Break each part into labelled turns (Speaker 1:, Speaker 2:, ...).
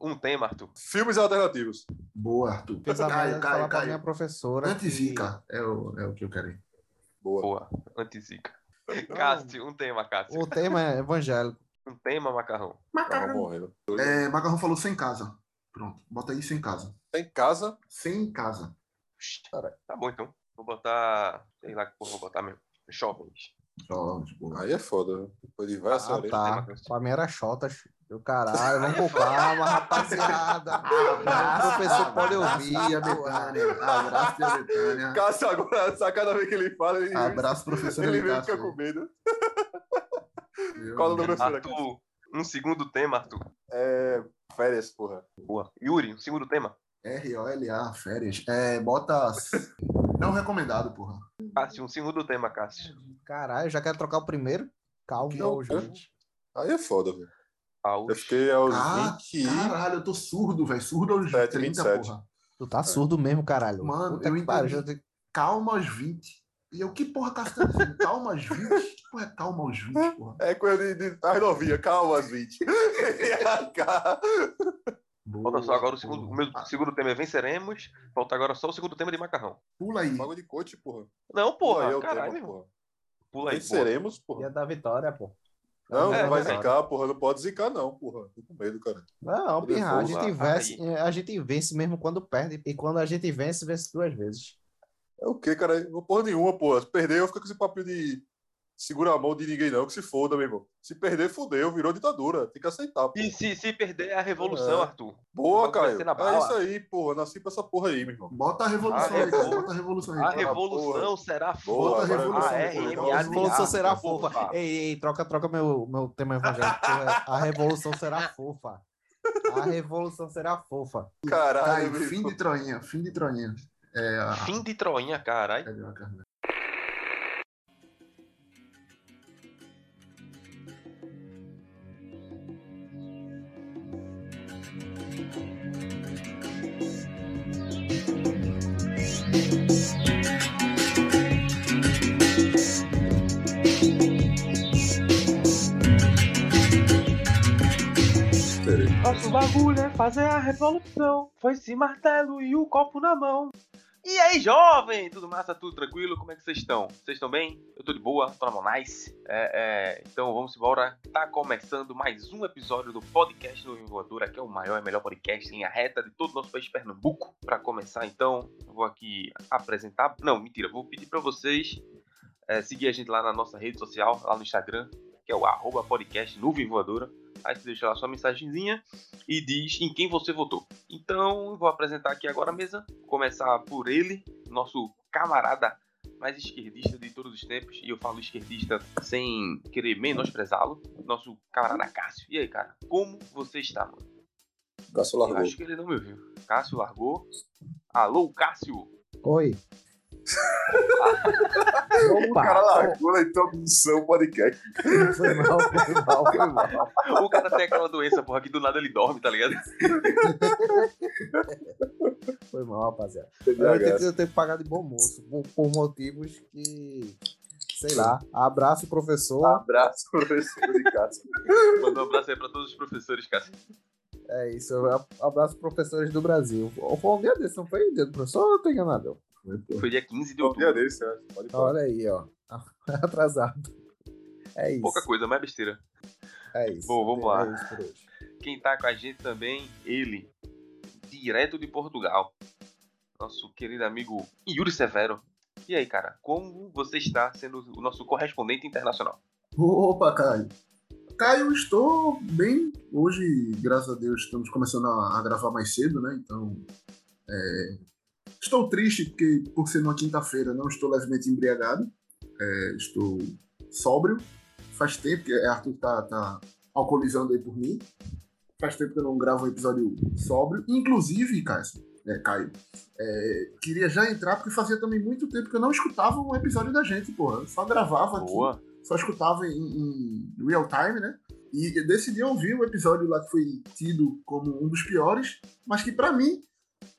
Speaker 1: Um tema, Arthur.
Speaker 2: Filmes alternativos.
Speaker 3: Boa, Arthur.
Speaker 4: Pensava
Speaker 3: Caio,
Speaker 4: em
Speaker 3: Caio,
Speaker 4: falar pra
Speaker 3: Caio.
Speaker 4: minha professora.
Speaker 3: Antizica é o, é o que eu quero.
Speaker 2: Boa. Então,
Speaker 1: Boa, antizica. Cássio, um tema,
Speaker 4: que
Speaker 1: Cássio.
Speaker 4: O tema é evangélico.
Speaker 1: Um tema, macarrão.
Speaker 2: Tava morrendo.
Speaker 3: É, Macarrão falou sem casa. Pronto, bota aí sem casa.
Speaker 2: Em casa,
Speaker 3: Sem casa.
Speaker 1: Oxi, Tá bom, então. Vou botar. Sei lá que porra eu vou botar mesmo. Jovens.
Speaker 3: Jovens, boa.
Speaker 2: aí é foda. viu? Depois de várias
Speaker 4: Ah,
Speaker 2: horas.
Speaker 4: tá.
Speaker 1: assim.
Speaker 4: Pra mim era chotas. Eu, caralho, vamos com calma, rapaziada. O professor pode ouvir.
Speaker 3: Ah, Abraço, Tia Betânia. Abraço, Tia Betânia.
Speaker 2: Cássio agora, só cada vez que ele fala, ele,
Speaker 1: Ah,
Speaker 3: Abraço, professor
Speaker 2: ele mesmo
Speaker 3: Cássio.
Speaker 1: né?
Speaker 2: fica com medo.
Speaker 3: Meu
Speaker 2: Cola no
Speaker 3: Deus.
Speaker 2: professor aqui.
Speaker 1: Arthur, um segundo tema, Arthur.
Speaker 2: É. Férias, porra.
Speaker 1: Boa. Yuri, um segundo tema.
Speaker 3: R-O-L-A, férias. É, bota. Não recomendado, porra.
Speaker 1: Cássio, um segundo tema, Cássio.
Speaker 4: Caralho, já quero trocar o primeiro? Calma,
Speaker 2: Não,
Speaker 4: gente.
Speaker 2: Aí é foda, velho.
Speaker 1: Paus.
Speaker 2: Eu fiquei aos
Speaker 3: Ah,
Speaker 2: 20 e. um.
Speaker 3: Caralho, eu tô surdo, velho. Surdo aos
Speaker 2: 27,
Speaker 3: 30,
Speaker 2: 27.
Speaker 3: porra.
Speaker 4: Tu tá surdo mesmo, caralho.
Speaker 3: É. Mano,
Speaker 4: Puta
Speaker 3: eu
Speaker 4: que pariu,
Speaker 3: entendi.
Speaker 4: já te-
Speaker 3: Calma aos 20. E eu, que porra tá sendo assim? Calma aos 20? Que porra é calma aos 20, porra?
Speaker 2: É coisa de, de as novinhas, calma, às 20.
Speaker 3: Boa,
Speaker 1: Falta só agora o segundo.
Speaker 3: boa.
Speaker 1: O
Speaker 3: Ah,
Speaker 1: meu segundo tema é venceremos. Falta agora só o segundo tema de macarrão.
Speaker 3: Pula aí.
Speaker 2: Bagulho de coach, porra.
Speaker 1: Não, porra,
Speaker 2: Aí é o
Speaker 1: caralho,
Speaker 2: tema,
Speaker 1: irmão.
Speaker 2: porra.
Speaker 1: Pula aí, porra.
Speaker 2: Venceremos, porra.
Speaker 4: Dia da vitória, pô.
Speaker 2: Não,
Speaker 1: É,
Speaker 2: não vai
Speaker 1: cara.
Speaker 2: zicar, porra. Não pode zicar, não, porra. Tô com medo, cara.
Speaker 4: Não,
Speaker 2: Ele
Speaker 4: pirra, a
Speaker 2: foi lá.
Speaker 4: gente, vence, a gente vence mesmo quando perde. E quando a gente vence, vence duas vezes.
Speaker 2: É o quê, cara? Não porra nenhuma, porra. Se perder, eu fico com esse papinho de segura a mão de ninguém, não, que se foda, meu irmão. Se perder, fodeu, virou ditadura. Tem que aceitar. Porra.
Speaker 1: E se, se perder é a revolução,
Speaker 2: É.
Speaker 1: Arthur?
Speaker 2: Boa,
Speaker 1: Vamos
Speaker 2: Caio.
Speaker 1: descer na
Speaker 2: É
Speaker 1: bala.
Speaker 2: isso aí, porra. Nasci pra essa porra aí, meu irmão.
Speaker 3: Bota a revolução
Speaker 1: Ah,
Speaker 3: aí, cara.
Speaker 1: é,
Speaker 3: Bota a revolução aí. Tá
Speaker 1: A
Speaker 3: Bora.
Speaker 1: revolução será
Speaker 2: Boa,
Speaker 1: fofa.
Speaker 3: Bota a
Speaker 2: agora-
Speaker 3: revolução.
Speaker 1: A
Speaker 3: porra.
Speaker 1: RMA.
Speaker 4: A revolução será
Speaker 1: porra.
Speaker 4: fofa. Ah, Ei, ei, troca, troca meu, meu tema evangélico. é, A revolução será fofa. A revolução será fofa.
Speaker 2: Caralho,
Speaker 3: Caio,
Speaker 2: meu
Speaker 3: fim
Speaker 2: irmão.
Speaker 3: de troinha. Fim de troinha. É, a...
Speaker 1: Fim de troinha, caralho.
Speaker 3: Cadê a câmera?
Speaker 1: Nosso bagulho é fazer a revolução. Foi esse martelo e o copo na mão. E aí, jovem? Tudo massa? Tudo tranquilo? Como é que vocês estão? Vocês estão bem? Eu tô de boa, tô na mão nice. É, é, então vamos embora. Tá começando mais um episódio do podcast do Voadora, que é o maior e melhor podcast em reta de todo o nosso país, Pernambuco. Pra começar, então, eu vou aqui apresentar. Não, mentira, vou pedir pra vocês é, seguir a gente lá na nossa rede social, lá no Instagram, que é o arroba podcast Nuvem Voadora. Aí você deixa lá sua mensagenzinha e diz em quem você votou. Então, eu vou apresentar aqui agora a mesa, começar por ele, nosso camarada mais esquerdista de todos os tempos, e eu falo esquerdista sem querer menosprezá-lo, nosso camarada Cássio. E aí, cara, como você está, mano?
Speaker 2: Cássio
Speaker 1: Eu acho que ele não me ouviu. Cássio largou. Alô, Cássio!
Speaker 4: Oi.
Speaker 2: O
Speaker 1: Ah,
Speaker 4: Opa,
Speaker 1: tá.
Speaker 2: cara largou na introdução do podcast.
Speaker 4: foi mal, foi mal, foi mal.
Speaker 1: O cara tem aquela doença, porra, que do nada ele dorme, tá ligado?
Speaker 4: Foi mal, rapaziada.
Speaker 2: Entendeu,
Speaker 4: Eu tenho,
Speaker 2: Cássio?
Speaker 4: que- eu tenho que pagar de bom moço, por, por motivos que. Sei lá. Abraço, professor.
Speaker 2: Abraço, professor de Cássio.
Speaker 1: Mandou um abraço aí pra todos os professores, Cássio.
Speaker 4: É isso. a- Abraço, professores do Brasil. Foi um dia desse, não foi? Dia do professor ou eu tô enganado? Então,
Speaker 1: Foi dia 15 de
Speaker 2: Um dia
Speaker 1: outubro.
Speaker 2: desse, né? Pode falar.
Speaker 4: Olha aí, ó. Atrasado. É isso.
Speaker 1: Pouca coisa, mas besteira.
Speaker 4: É isso.
Speaker 1: Bom, vamos lá.
Speaker 4: É isso por hoje.
Speaker 1: Quem tá com a gente também, ele, direto de Portugal, nosso querido amigo Yuri Severo. E aí, cara, como você está sendo o nosso correspondente internacional?
Speaker 3: Opa, Caio. Caio, estou bem. Hoje, graças a Deus, estamos começando a, a gravar mais cedo, né? Então, é, estou triste porque, por ser uma quinta-feira, não estou levemente embriagado. É, estou sóbrio. Faz tempo que Arthur tá, tá alcoolizando aí por mim. Faz tempo que eu não gravo um episódio sóbrio. Inclusive, Caio, é, Caio é, queria já entrar porque fazia também muito tempo que eu não escutava um episódio da gente, porra. Eu só gravava aqui
Speaker 1: Boa.
Speaker 3: só escutava em, em real time, né? E eu decidi ouvir o episódio lá que foi tido como um dos piores, mas que pra mim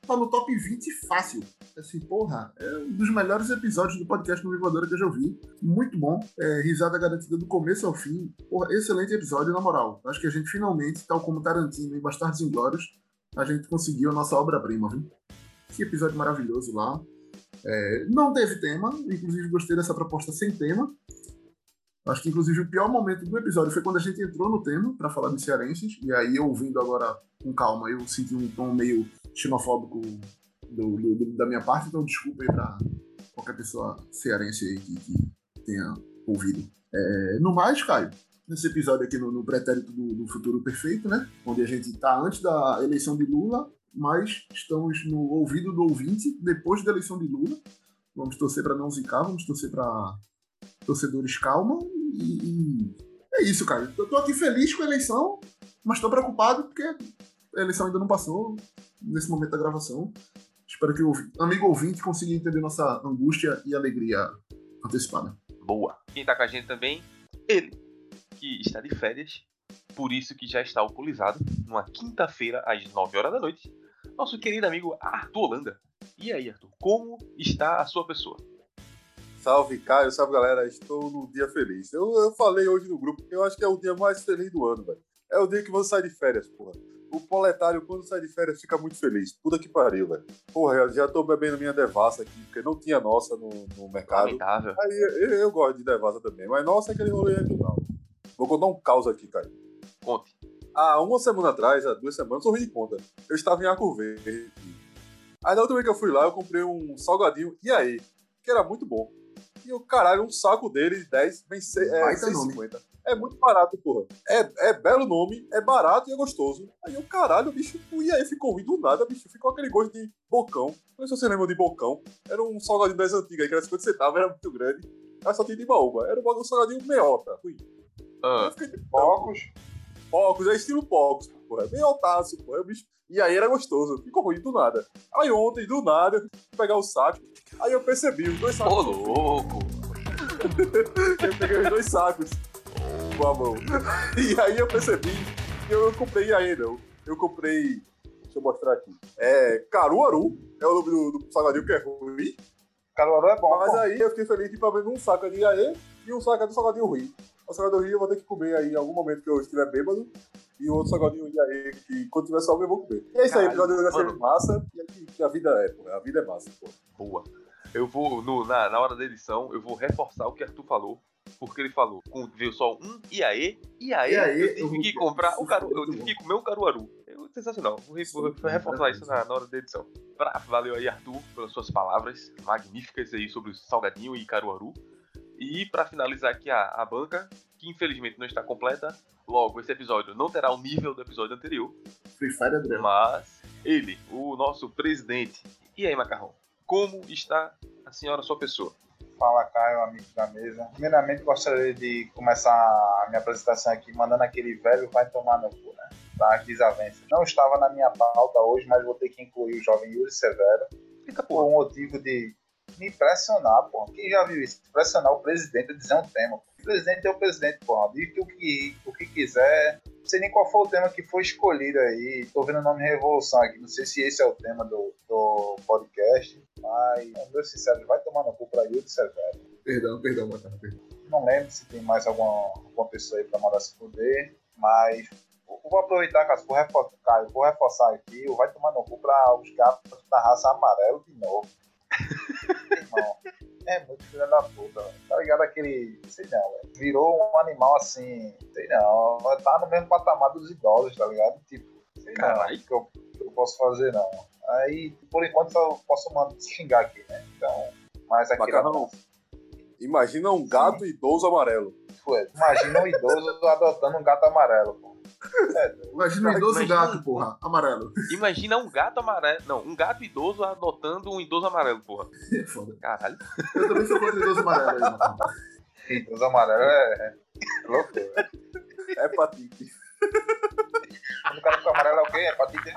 Speaker 3: tá no top 20 fácil. Assim, porra, é um dos melhores episódios do podcast no Voadora que eu já ouvi. Muito bom. É, risada garantida do começo ao fim. Porra, excelente episódio, na moral. Acho que a gente finalmente, tal como Tarantino em Bastardos Inglórios, a gente conseguiu a nossa obra-prima, viu? Que episódio maravilhoso lá. É, não teve tema, inclusive gostei dessa proposta sem tema. Acho que inclusive o pior momento do episódio foi quando a gente entrou no tema para falar de cearenses, e aí eu ouvindo agora com calma, eu senti um tom meio xenofóbico do- do- do- da minha parte, então desculpa aí pra qualquer pessoa cearense aí que, que tenha ouvido. É, no mais, Caio, nesse episódio aqui no, no Pretérito do, do Futuro Perfeito, né? Onde a gente tá antes da eleição de Lula, mas estamos no ouvido do ouvinte depois da eleição de Lula. Vamos torcer para não zicar, vamos torcer para torcedores calma e, e é isso, cara. Eu tô aqui feliz com a eleição, mas tô preocupado porque a eleição ainda não passou nesse momento da gravação. Espero que o ouvi- amigo ouvinte consiga entender nossa angústia e alegria antecipada.
Speaker 1: Boa. Quem tá com a gente também, ele, que está de férias, por isso que já está alcoolizado, numa quinta-feira, às 9 horas da noite, nosso querido amigo Arthur Holanda. E aí, Arthur, como está a sua pessoa?
Speaker 2: Salve, Caio. Salve, galera. Estou num dia feliz. Eu, eu falei hoje no grupo que eu acho que é o dia mais feliz do ano, velho. É o dia que você sai de férias, porra. O proletário, quando sai de férias, fica muito feliz. Puta que pariu, velho. Porra, eu já tô bebendo minha devassa aqui, porque não tinha nossa no, no mercado.
Speaker 1: Lamentável.
Speaker 2: Aí eu, eu gosto de devassa também, mas nossa, é aquele rolê regional. Vou contar um caos aqui, Caio.
Speaker 1: Conte.
Speaker 2: Há uma semana atrás, há duas semanas, eu ri de conta. Eu estava em Arco Verde. Aí na última vez que eu fui lá, eu comprei um salgadinho, e aí? Que era muito bom. E o caralho, um saco dele de 10, vem se- é,
Speaker 3: Um Baita nome.
Speaker 2: 6,50. É muito barato, porra. É, é belo nome, é barato e é gostoso. Aí o caralho, bicho, e aí ficou ruim do nada, bicho. Ficou aquele gosto de bocão. Não sei se você lembra de bocão. Era um salgadinho das antigas, que era 50 centavos, era muito grande. Aí só tinha de baúba. Era um salgadinho meiota, ruim. Aí eu
Speaker 1: Ah,
Speaker 2: fiquei de
Speaker 3: Focos.
Speaker 2: Pocos, é estilo Pocos, porra. É bem otaço, porra. é bicho- E aí era gostoso, ficou ruim do nada. Aí ontem, do nada, eu fui pegar o saco. Aí eu percebi os dois
Speaker 1: ô
Speaker 2: sacos.
Speaker 1: louco!
Speaker 2: Eu peguei os dois sacos com a mão. E aí eu percebi que eu comprei ainda. Eu, eu comprei. Deixa eu mostrar aqui. É Caruaru, é o nome do, do salgadinho que é ruim.
Speaker 3: Caruaru é bom.
Speaker 2: Mas aí eu fiquei feliz de pelo menos um saco de aê e um saco do salgadinho ruim. O salgadinho ruim eu vou ter que comer aí em algum momento que eu estiver bêbado. E o outro salgadinho de aê, que quando tiver salvo eu vou comer. E é isso aí, o
Speaker 1: Caralho,
Speaker 2: episódio vai ser
Speaker 1: mano.
Speaker 2: massa. E é que, que a vida é, pô. A vida é massa, pô.
Speaker 1: Boa. Eu vou, no- na, na hora da edição, eu vou reforçar o que Arthur falou. Porque ele falou, com, veio só um e aí, e aí,
Speaker 3: E aí,
Speaker 1: eu
Speaker 3: eu
Speaker 1: tive
Speaker 3: vou-
Speaker 1: que comprar o caru, eu
Speaker 3: Muito
Speaker 1: tive que comer o caruaru. Eu, sensacional. Vou, re- vou
Speaker 3: Sim,
Speaker 1: reforçar
Speaker 3: maravilha.
Speaker 1: isso na, na hora da edição. Pra- valeu aí, Arthur, pelas suas palavras magníficas aí sobre o salgadinho e caruaru. E pra finalizar aqui a, a banca, que infelizmente não está completa, logo esse episódio não terá o nível do episódio anterior.
Speaker 3: Free Fire é Adriano.
Speaker 1: Mas ele, o nosso presidente. E aí, Macarrão? Como está a senhora, sua pessoa?
Speaker 5: Fala, Caio, amigos da mesa. Primeiramente, gostaria de começar a minha apresentação aqui mandando aquele velho vai tomar no cu, né? Das desavenças. Não estava na minha pauta hoje, mas vou ter que incluir o jovem Yuri Severo
Speaker 1: Eita
Speaker 5: por
Speaker 1: porra.
Speaker 5: um motivo de me impressionar, pô. Quem já viu isso? Impressionar o presidente a dizer um tema. pô. O presidente é o presidente, pô. Diz o que, o que quiser. Não sei nem qual foi o tema que foi escolhido aí. Tô vendo o nome Revolução aqui. Não sei se esse é o tema do, do podcast. Mas, meu sincero, vai tomar no cu pra Yuri Severo.
Speaker 3: Perdão, perdão, Macarrão, perdão.
Speaker 5: Não lembro se tem mais alguma, alguma pessoa aí pra mandar se fuder, mas eu vou aproveitar, Cássio, vou reforçar, Caio, vou reforçar aqui, o vai tomar no cu pra os gatos da raça amarelo de novo. Irmão, é muito filho da puta, velho. tá ligado? Aquele, sei não, velho. virou um animal assim, sei não, tá no mesmo patamar dos idosos, tá ligado? Tipo, sei
Speaker 1: Caralho.
Speaker 5: não, que eu, que eu posso fazer não. Aí, por enquanto, só posso mandar xingar aqui, né? Então, mas aqui
Speaker 2: Macarrão. Imagina um gato idoso amarelo.
Speaker 5: Pô, Imagina um idoso adotando um gato amarelo, pô.
Speaker 2: Tá,
Speaker 3: Imagina um idoso
Speaker 1: Imagina-
Speaker 3: gato, porra. Amarelo.
Speaker 1: Imagina um gato amarelo. Não, um gato idoso adotando um idoso amarelo, porra.
Speaker 3: É foda.
Speaker 1: Caralho.
Speaker 3: Eu também sou contra idoso amarelo aí, tá. Macarrão.
Speaker 5: Idoso amarelo é, é loucura. velho.
Speaker 2: É patente.
Speaker 5: Quando o cara fica amarelo é o quê? É patite.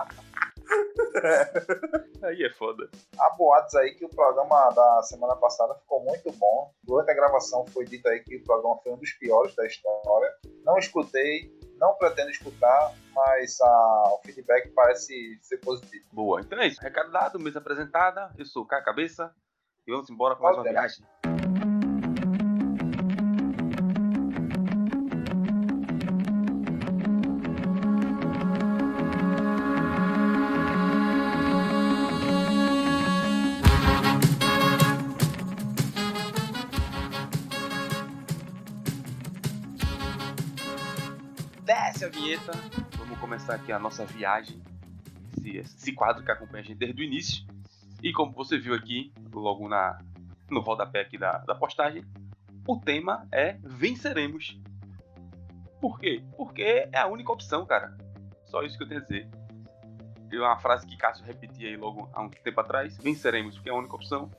Speaker 1: Aí é foda.
Speaker 5: Há boatos aí que o programa da semana passada ficou muito bom. Durante a gravação foi dito aí que o programa foi um dos piores da história. Não escutei, Não pretendo escutar, mas ah, o feedback parece ser positivo.
Speaker 1: Boa. Então é isso. Recado dado, mesa apresentada. Eu sou o Caio Cabeça. E vamos embora para mais uma
Speaker 5: Pode, né?
Speaker 1: viagem. Desce a vinheta. Vamos começar aqui a nossa viagem. Esse, esse quadro que acompanha a gente desde o início. E como você viu aqui, logo na, no rodapé aqui da, da postagem, o tema é venceremos. Por quê? Porque é a única opção, cara. Só isso que eu tenho a dizer. É uma frase que Cássio repetia aí logo há um tempo atrás, venceremos, porque é a única opção.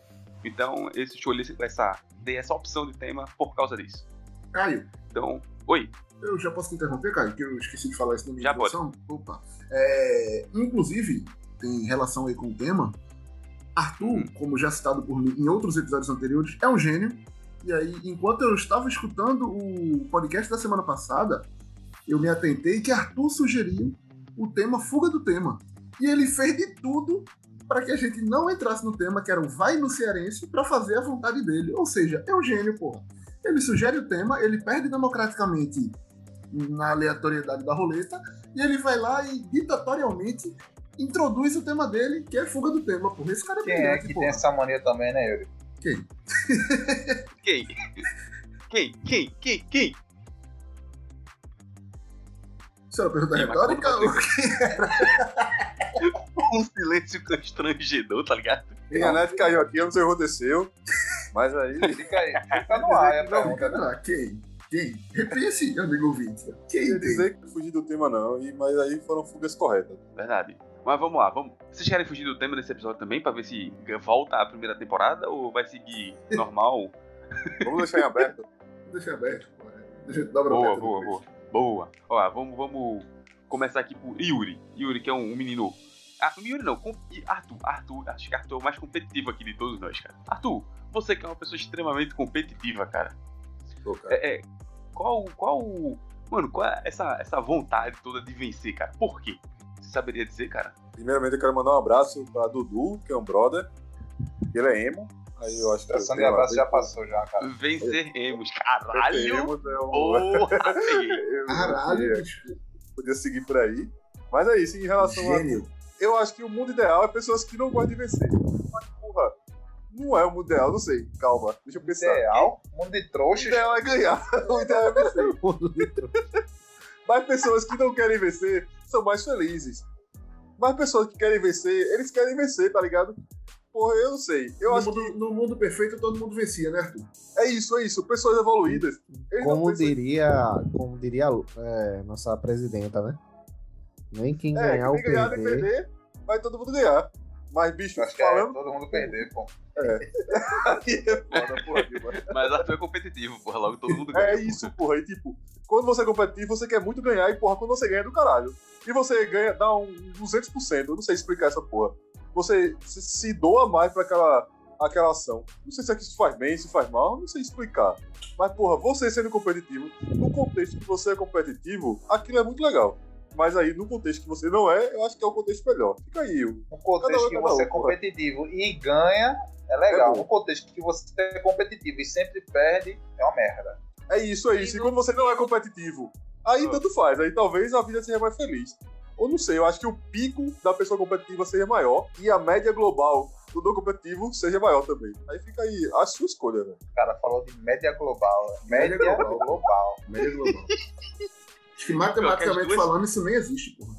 Speaker 1: Então, esse escolhi essa, dei essa opção de tema por causa disso.
Speaker 3: Caio,
Speaker 1: Então, oi,
Speaker 3: eu já posso te interromper, Caio, que eu esqueci de falar isso na minha
Speaker 1: Já
Speaker 3: introdução. Opa. É, inclusive, tem relação aí com o tema. Arthur,
Speaker 1: Uhum.
Speaker 3: como já citado por mim em outros episódios anteriores, é um gênio. E aí, enquanto eu estava escutando o podcast da semana passada, eu me atentei que Arthur sugeriu o tema Fuga do Tema. E ele fez de tudo para que a gente não entrasse no tema, que era o Vai no Cearense, para fazer a vontade dele. Ou seja, é um gênio, porra. Ele sugere o tema, ele perde democraticamente na aleatoriedade da roleta, e ele vai lá e ditatorialmente introduz o tema dele, que é fuga do tema, porra. Esse cara é
Speaker 5: Quem é
Speaker 3: brilhante,
Speaker 5: que
Speaker 3: porra.
Speaker 5: tem essa mania também, né, Yuri?
Speaker 1: quem? quem? Quem? Quem? Quem?
Speaker 3: Isso era uma pergunta
Speaker 1: Ih, mas como
Speaker 3: retórica?
Speaker 1: você- Um silêncio constrangedor, tá ligado?
Speaker 2: Minha net caiu aqui, eu não sei o que aconteceu. Mas aí.
Speaker 5: Fica aí, fica no ar, é a
Speaker 3: Não,
Speaker 5: pergunta, né?
Speaker 3: cara, quem? Quem? Repita esse, amigo ouvinte. Quem
Speaker 2: Quer
Speaker 3: tem?
Speaker 2: dizer que eu fugi do tema, não, e, mas aí foram fugas corretas.
Speaker 1: Verdade. Mas vamos lá, vamos. Vocês querem fugir do tema nesse episódio também pra ver se volta a primeira temporada ou vai seguir normal?
Speaker 2: Vamos deixar em aberto.
Speaker 3: Deixa aberto, pô. Deixa eu dobrar
Speaker 1: boa,
Speaker 3: o
Speaker 1: boa, boa. Boa. Ó, lá, vamos, vamos começar aqui por Yuri. Yuri, que é um, um menino. Ah, Yuri não, com... e Arthur. Arthur, acho que Arthur é o mais competitivo aqui de todos nós, cara. Arthur, você que é uma pessoa extremamente competitiva, cara.
Speaker 2: Pô, cara.
Speaker 1: É, é, qual. Qual. Mano, qual é essa, essa vontade toda de vencer, cara? Por quê? Você saberia dizer, cara?
Speaker 2: Primeiramente, eu quero mandar um abraço pra Dudu, que é um brother. Ele é emo. Aí eu acho que.
Speaker 5: A Sandra Abraço já passou já, cara.
Speaker 1: Venceremos,
Speaker 2: Caralho!
Speaker 1: caralho!
Speaker 2: é um...
Speaker 1: Porra, peguei.
Speaker 2: eu
Speaker 3: Caralho,
Speaker 2: podia,
Speaker 3: bicho.
Speaker 2: podia seguir por aí. Mas é isso, em relação a.
Speaker 3: Gênio.
Speaker 2: Eu acho que o mundo ideal é pessoas que não gostam de vencer. Mas, porra, não é o mundo ideal, não sei. Calma, deixa eu pensar.
Speaker 5: Ideal, é mundo de
Speaker 2: O
Speaker 5: trouxas.
Speaker 2: ideal é ganhar. O ideal é vencer. Mas pessoas que não querem vencer são mais felizes. Mas pessoas que querem vencer, eles querem vencer, tá ligado? Porra, eu não sei. Eu
Speaker 3: no,
Speaker 2: acho
Speaker 3: mundo, no mundo perfeito todo mundo vencia, né, Arthur?
Speaker 2: que é isso, é isso. Pessoas evoluídas. Eles não
Speaker 4: Como
Speaker 2: pensam-
Speaker 4: diria, como diria é, nossa presidenta, né? Nem quem
Speaker 2: É,
Speaker 4: ganhar
Speaker 2: que
Speaker 4: ou
Speaker 2: nem ganhar
Speaker 4: perder.
Speaker 2: nem perder, vai todo mundo ganhar. Mas, bicho,
Speaker 5: Acho que é
Speaker 2: falando.
Speaker 5: todo mundo perder, pô.
Speaker 2: Aí é foda, porra, Dilma.
Speaker 1: Mas Arthur é competitivo, porra. Logo todo mundo ganha.
Speaker 2: É isso, porra. E tipo, quando você é competitivo, você quer muito ganhar, e porra, quando você ganha é do caralho. E você ganha, dá um 200%, eu não sei explicar essa porra. Você se- se doa mais pra aquela, aquela ação. Não sei se é que isso faz bem, se faz mal, eu não sei explicar. Mas, porra, você sendo competitivo, no contexto que você é competitivo, aquilo é muito legal. Mas aí, no contexto que você não é, eu acho que é o contexto melhor. Fica aí, eu.
Speaker 5: No contexto
Speaker 2: Cada um,
Speaker 5: que
Speaker 2: cada
Speaker 5: você
Speaker 2: um,
Speaker 5: é
Speaker 2: pô.
Speaker 5: competitivo e ganha, é legal.
Speaker 2: bom.
Speaker 5: no contexto que você é competitivo e sempre perde, é uma merda.
Speaker 2: É isso, é isso. E quando você não é competitivo, aí
Speaker 1: Ah.
Speaker 2: tanto faz. Aí talvez a vida seja mais feliz. Ou não sei, eu acho que o pico da pessoa competitiva seja maior e a média global do não competitivo seja maior também. Aí fica aí a sua escolha, né? velho.
Speaker 5: O cara falou de média global. né? Média
Speaker 3: Média
Speaker 5: global.
Speaker 3: global. Média é global. Acho que
Speaker 1: Pior que
Speaker 3: matematicamente
Speaker 1: as duas-
Speaker 3: falando, isso nem existe, porra.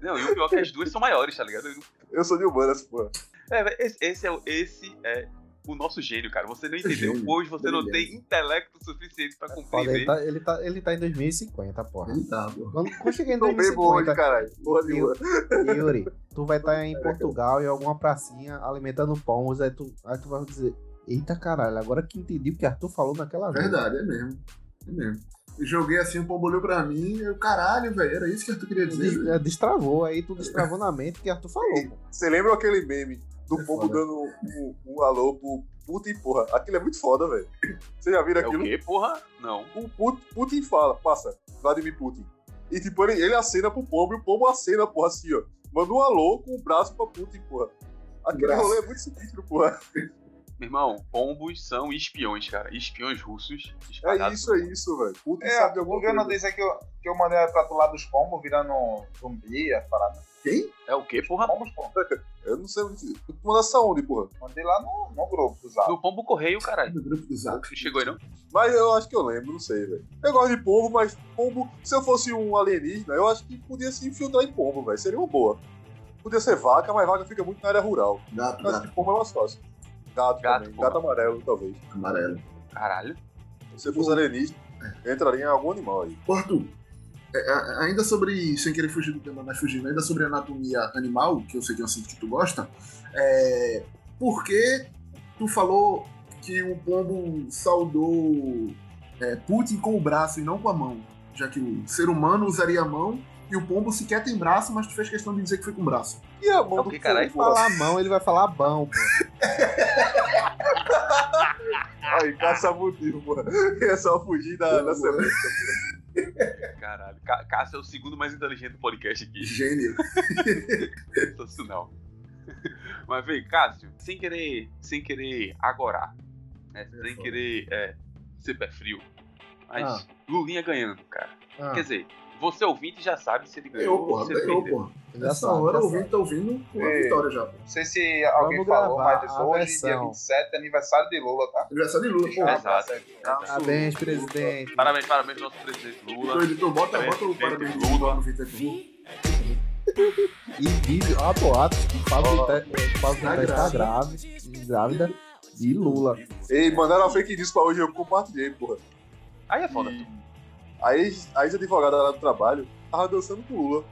Speaker 1: Não, e o pior é que as duas são maiores, tá ligado?
Speaker 2: Eu sou de humanas, porra.
Speaker 1: É, velho, esse, esse é, o- esse é o nosso gênio, cara. Você não entendeu.
Speaker 3: Gênio,
Speaker 1: Hoje você não
Speaker 3: brilhante.
Speaker 1: tem intelecto suficiente pra
Speaker 4: Foda, ele,
Speaker 1: compreender.
Speaker 4: tá, ele, tá, ele tá em 2050, porra.
Speaker 3: Ele tá, porra.
Speaker 4: Quando, quando chegar em
Speaker 2: Tô bebo hoje,
Speaker 4: 2050,
Speaker 2: caralho. Porra de
Speaker 4: Eu-
Speaker 2: humana.
Speaker 4: Yuri, tu vai estar em Portugal em alguma pracinha alimentando pombos, aí tu, aí tu vai dizer, eita caralho, agora que entendi o que Arthur falou naquela vez.
Speaker 3: Verdade, é mesmo. É mesmo. Eu joguei assim, um pombo olhou pra mim, eu, caralho, velho, era isso que Arthur queria dizer.
Speaker 4: Des-
Speaker 3: velho?
Speaker 4: é, Destravou, aí tu destravou na mente que Arthur falou. pô.
Speaker 2: Você lembra aquele meme do
Speaker 3: É
Speaker 2: povo
Speaker 3: foda.
Speaker 2: dando um, um alô pro puta e porra? Aquilo é muito foda, velho. Você já viram
Speaker 1: É o
Speaker 2: aquilo?
Speaker 1: quê, porra? Não.
Speaker 2: O Put- Putin fala, passa, Vladimir Putin. E tipo, ele, ele acena pro pombo e o pombo acena, porra, assim, ó. Manda um alô com o braço pra puta, e, porra. Aquele
Speaker 3: Braço.
Speaker 2: rolê é muito sinistro, porra.
Speaker 1: Meu irmão, pombos são espiões, cara. Espiões russos.
Speaker 2: É
Speaker 1: espalhados
Speaker 2: isso, é
Speaker 1: pelo mundo.
Speaker 2: isso, velho. Puta,
Speaker 5: É,
Speaker 2: sabe
Speaker 5: o
Speaker 2: alguma
Speaker 5: que eu não
Speaker 2: coisa.
Speaker 5: disse é que eu, que eu mandei pra tu lá dos pombos virando um zumbi, a parada.
Speaker 3: Quem?
Speaker 1: É o quê, porra?
Speaker 5: Pombos, pô.
Speaker 2: Eu não sei. onde- Tu manda essa onde, porra?
Speaker 5: Mandei lá no, no grupo do Zap.
Speaker 1: No pombo correio, caralho.
Speaker 3: No grupo do Zap.
Speaker 1: Não chegou aí, não?
Speaker 2: Mas eu acho que eu lembro, não sei, velho. Eu gosto de pombo, mas pombo, se eu fosse um alienígena, eu acho que podia se infiltrar em pombo, velho. Seria uma boa. Podia ser vaca, mas vaca fica muito na área rural.
Speaker 3: Gato,
Speaker 2: Eu acho
Speaker 3: gato,
Speaker 2: que pombo é mais fácil. Gato,
Speaker 1: Gato,
Speaker 2: também.
Speaker 1: pombo.
Speaker 2: Gato amarelo, talvez.
Speaker 3: amarelo.
Speaker 1: Caralho.
Speaker 2: Se eu fosse alienígena, eu entraria em algum animal aí.
Speaker 3: Porto, é, a- ainda sobre, sem querer fugir do tema, mas fugindo, ainda sobre anatomia animal, que eu sei que é um assunto que tu gosta, é, por que tu falou que o pombo saudou é, Putin com o braço e não com a mão? Já que o ser humano usaria a mão e o pombo sequer tem braço, mas tu fez questão de dizer que foi com o braço.
Speaker 2: E a mão
Speaker 1: É o
Speaker 2: do
Speaker 1: que, caralho?
Speaker 2: pombo, porra?
Speaker 4: Falar mão, ele vai falar bão, pô.
Speaker 1: Ah,
Speaker 2: Aí, caça
Speaker 1: tá.
Speaker 2: motivo, porra. É só fugir da, da semente.
Speaker 1: Caralho. Ca Cássio é o segundo mais inteligente do podcast aqui.
Speaker 3: Gênio.
Speaker 1: Sensacional. Mas vem, Cássio, sem querer, sem querer agorar, né? sem
Speaker 3: foda.
Speaker 1: querer é, ser pé frio, mas
Speaker 4: Ah.
Speaker 1: Lulinha ganhando, cara.
Speaker 4: Ah,
Speaker 1: Quer dizer, você ouvinte já sabe se ele ganhou
Speaker 3: Ganhou,
Speaker 1: ou
Speaker 3: porra.
Speaker 1: se ele
Speaker 3: Ganhou,
Speaker 1: perdeu.
Speaker 3: porra.
Speaker 4: já
Speaker 3: Nessa
Speaker 4: sabe,
Speaker 3: hora
Speaker 4: já
Speaker 3: o ouvinte tá ouvindo pô, a
Speaker 5: Ei.
Speaker 3: vitória já. pô.
Speaker 5: Não sei se alguém
Speaker 4: Vamos
Speaker 5: falou,
Speaker 4: gravar
Speaker 5: mas
Speaker 4: a
Speaker 5: hoje, dia
Speaker 4: versão.
Speaker 5: 27, é aniversário de Lula, tá?
Speaker 3: Aniversário é de Lula,
Speaker 1: Exato.
Speaker 3: porra.
Speaker 4: sabe. Parabéns, presidente.
Speaker 1: Parabéns, parabéns ao nosso presidente
Speaker 3: Então,
Speaker 1: Lula.
Speaker 3: editor, bota, bota o parabéns de Lula no Vitor aqui.
Speaker 4: E vídeo, ó, boato, Pablo
Speaker 2: Ó.
Speaker 4: Vittar- Pablo
Speaker 3: Tá
Speaker 4: Vittar está grave, grávida de Lula.
Speaker 2: Ei, mandaram a fake news pra hoje, eu compartilhei, porra.
Speaker 1: Aí é foda.
Speaker 2: A ex- a ex-advogada lá do trabalho tava dançando com o Lula.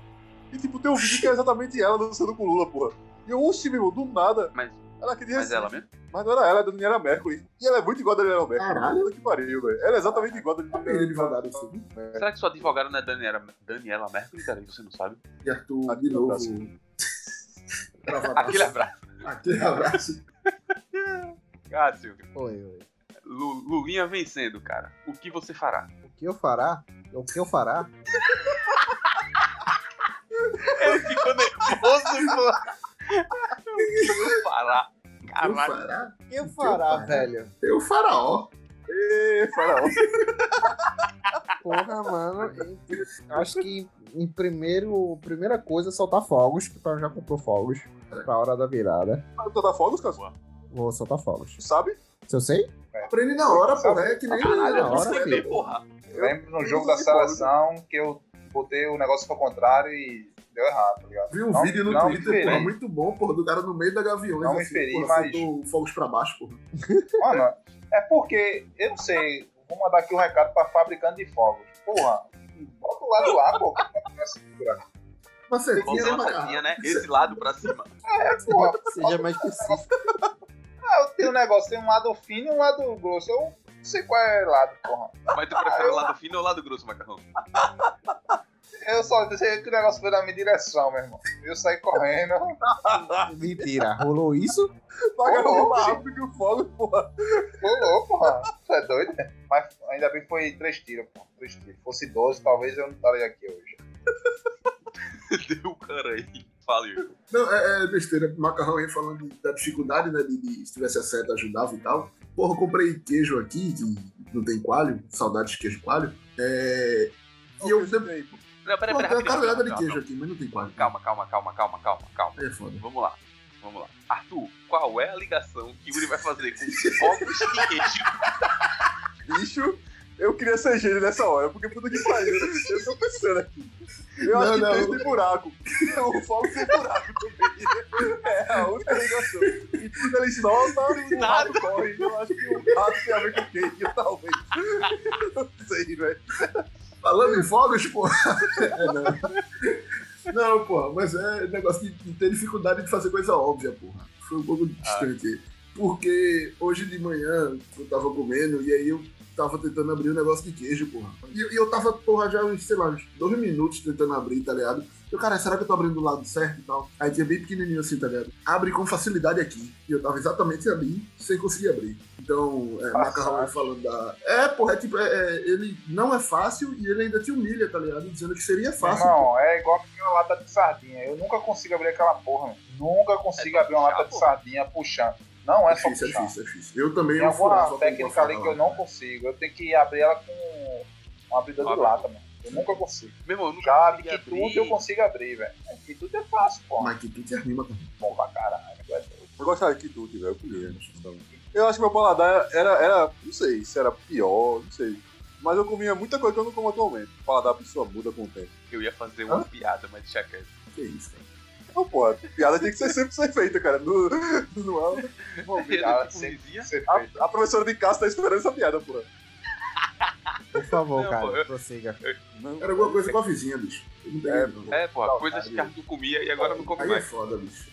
Speaker 2: E tipo, tem um vídeo que é exatamente ela dançando com o Lula, porra. E eu, oxi, meu, irmão, do nada,
Speaker 1: Mas,
Speaker 2: ela queria
Speaker 1: mas ela mesmo?
Speaker 2: Mas não era ela, é da Daniela Mercury. E ela é muito igual a Daniela Mercury.
Speaker 3: Caralho.
Speaker 2: Puta que pariu, velho. Ela é exatamente igual a Daniela
Speaker 3: Ele advogado assim.
Speaker 1: Será que sua advogada não é Daniela, Daniela Mercury, cara? E Você não sabe?
Speaker 3: E Arthur, de
Speaker 2: Aquele
Speaker 3: novo.
Speaker 2: abraço.
Speaker 3: travadaço.
Speaker 1: Aquele abraço.
Speaker 3: Aquele abraço.
Speaker 1: Cássio,
Speaker 4: Oi, oi.
Speaker 1: Lu- Lulinha vencendo, cara. O que você fará?
Speaker 4: O que eu fará? O que eu fará?
Speaker 1: Ele ficou nervoso, pô. Vou parar.
Speaker 3: Eu
Speaker 1: Caralho.
Speaker 3: fará?
Speaker 4: O que eu
Speaker 3: fará?
Speaker 4: velho?
Speaker 3: Eu faraó.
Speaker 2: Ê, faraó.
Speaker 4: Porra, mano. em- Acho que em primeiro, primeira coisa é soltar fogos, que o Paulo já comprou fogos pra hora da virada.
Speaker 2: Sabe soltar fogos, cara?
Speaker 4: Vou soltar fogos.
Speaker 2: Tu sabe?
Speaker 4: Se eu sei?
Speaker 3: Aprende na hora, porra. É que nem
Speaker 1: Caralho, eu
Speaker 3: na
Speaker 1: não
Speaker 4: hora,
Speaker 1: sei
Speaker 3: velho.
Speaker 1: ler, porra.
Speaker 5: Eu lembro no
Speaker 2: eu
Speaker 5: jogo
Speaker 2: não
Speaker 5: da
Speaker 2: sei como,
Speaker 5: seleção que eu botei o negócio pro contrário e deu errado, tá ligado?
Speaker 3: Vi um
Speaker 5: Não-
Speaker 3: vídeo no
Speaker 5: não me
Speaker 3: Twitter, porra,
Speaker 5: feri.
Speaker 3: muito bom, porra, do cara no meio da gaviões.
Speaker 1: um
Speaker 5: Não me
Speaker 3: assim,
Speaker 5: feri,
Speaker 3: porra,
Speaker 5: mas-
Speaker 3: soltou fogos pra baixo, porra.
Speaker 5: Mano, é porque, eu não sei, vou mandar aqui o recado pra fabricante de fogos. Porra, bota o lado lá, pô.
Speaker 3: Você
Speaker 1: Vamos dar
Speaker 3: tinha,
Speaker 1: uma
Speaker 3: mas,
Speaker 1: sardinha, né?
Speaker 3: cara,
Speaker 1: Esse lado pra cima.
Speaker 5: É, porra.
Speaker 4: Seja mais específico.
Speaker 5: Ah, eu tenho um negócio, tem um lado fino e um lado grosso. Eu não sei qual é o lado, porra.
Speaker 1: Mas tu prefere o lado fino ou o lado grosso, macarrão?
Speaker 5: Eu só sei que o negócio foi na minha direção, meu irmão. Eu saí correndo.
Speaker 4: Mentira, rolou isso?
Speaker 2: Paga
Speaker 5: Ô,
Speaker 2: oh,
Speaker 5: louco.
Speaker 2: mais rápido que o fogo, porra.
Speaker 5: Ô, louco, porra. Tu é doido? Mas ainda bem que foi três tiros, pô. Três tiros. Se fosse 12, talvez eu não estaria aqui hoje.
Speaker 1: Deu o cara aí. Faliu.
Speaker 3: Não, é, é besteira. Macarrão aí falando de- da dificuldade, né? De, de se tivesse acerto, ajudava e tal. Porra, eu comprei queijo aqui, que não tem coalho. Saudades de queijo coalho. É, e eu...
Speaker 2: Queijo tem aí, pô.
Speaker 1: Não, é peraí,
Speaker 3: Pô,
Speaker 1: peraí.
Speaker 3: tem uma
Speaker 1: rapidinho,
Speaker 3: caralhada de
Speaker 1: rapidinho,
Speaker 3: queijo aqui, mas não tem coalho.
Speaker 1: Calma, calma, calma, calma, calma, calma.
Speaker 3: Aí É foda.
Speaker 1: Vamos lá. Vamos lá. Arthur, qual é a ligação que o Yuri vai fazer com fogos e queijo?
Speaker 2: Bicho, eu queria ser gênio nessa hora, porque puta que pariu. Eu tô pensando aqui. Eu
Speaker 3: Não,
Speaker 2: acho que
Speaker 3: não.
Speaker 2: queijo tem buraco. O fogo tem buraco também. É a única ligação. E quando eles soltam, o rato corre. então Eu acho que o rato tem a ver com queijo, talvez. Eu não sei, velho.
Speaker 3: né? Falando em fogos, porra. É, não. não, porra, mas é negócio de, de ter dificuldade de fazer coisa óbvia, porra. Ah. Foi um pouco distante. Porque hoje de manhã eu tava comendo e aí eu tava tentando abrir um negócio de queijo, porra. E, e eu tava, porra, já, uns, sei lá, uns dois minutos tentando abrir, tá ligado? Eu, cara, será que eu tô abrindo do lado certo e tal? Aí tinha bem pequenininho assim, tá ligado? Abre com facilidade aqui. E eu tava exatamente ali, sem conseguir abrir. Então, é, Macarrão falando da. É, porra, é tipo, é, é, ele não é fácil e ele ainda te humilha, tá ligado? Dizendo que seria fácil.
Speaker 5: Não, é igual aquela lata de sardinha. Eu nunca consigo abrir aquela porra, mano. Nunca consigo
Speaker 1: É só
Speaker 5: abrir uma
Speaker 1: puxar,
Speaker 5: lata de
Speaker 1: pô.
Speaker 5: sardinha puxando. Não é,
Speaker 3: É
Speaker 5: só
Speaker 3: difícil, é
Speaker 5: puxar.
Speaker 3: difícil, é difícil. Eu também
Speaker 5: Tem
Speaker 3: eu furava
Speaker 5: alguma
Speaker 3: com
Speaker 5: técnica
Speaker 3: porra,
Speaker 5: ali que eu não consigo. Eu tenho que abrir ela com uma abridor de
Speaker 1: Abre.
Speaker 5: lata, mano. Eu nunca consigo.
Speaker 1: Meu irmão, eu nunca
Speaker 5: Já
Speaker 1: consegui
Speaker 5: de que
Speaker 1: abrir.
Speaker 5: tudo eu consigo abrir, velho. É, Que tudo é fácil, pô.
Speaker 3: Mas que tu te anima, cara.
Speaker 5: Bom pra caralho. velho.
Speaker 2: Eu gostava de quitute, velho. Eu comia. né? Então, Eu acho que meu paladar era, era. Não sei se era pior, não sei. Mas eu comia muita coisa que eu não como atualmente. O paladar da pessoa muda com o tempo.
Speaker 1: Eu ia fazer uma piada, mas deixa quieto.
Speaker 3: Que isso, cara.
Speaker 2: Não pode. Então, Piada tinha que ser sempre ser feita, cara. No, no,
Speaker 1: Eu
Speaker 5: Obrigado,
Speaker 1: não te
Speaker 5: sempre
Speaker 1: dizia?
Speaker 5: Você fez.
Speaker 2: a, a professora de casa tá esperando essa piada, porra.
Speaker 4: Por favor,
Speaker 1: Não, pô,
Speaker 4: cara,
Speaker 1: eu-
Speaker 4: prossiga.
Speaker 2: Não,
Speaker 3: Era alguma coisa com a vizinha, bicho. Eu não peguei,
Speaker 2: É,
Speaker 3: não.
Speaker 1: É, porra,
Speaker 5: Não,
Speaker 1: coisas
Speaker 5: cara,
Speaker 1: que Arthur comia e agora não come
Speaker 3: Aí é
Speaker 1: mais.
Speaker 3: foda, bicho.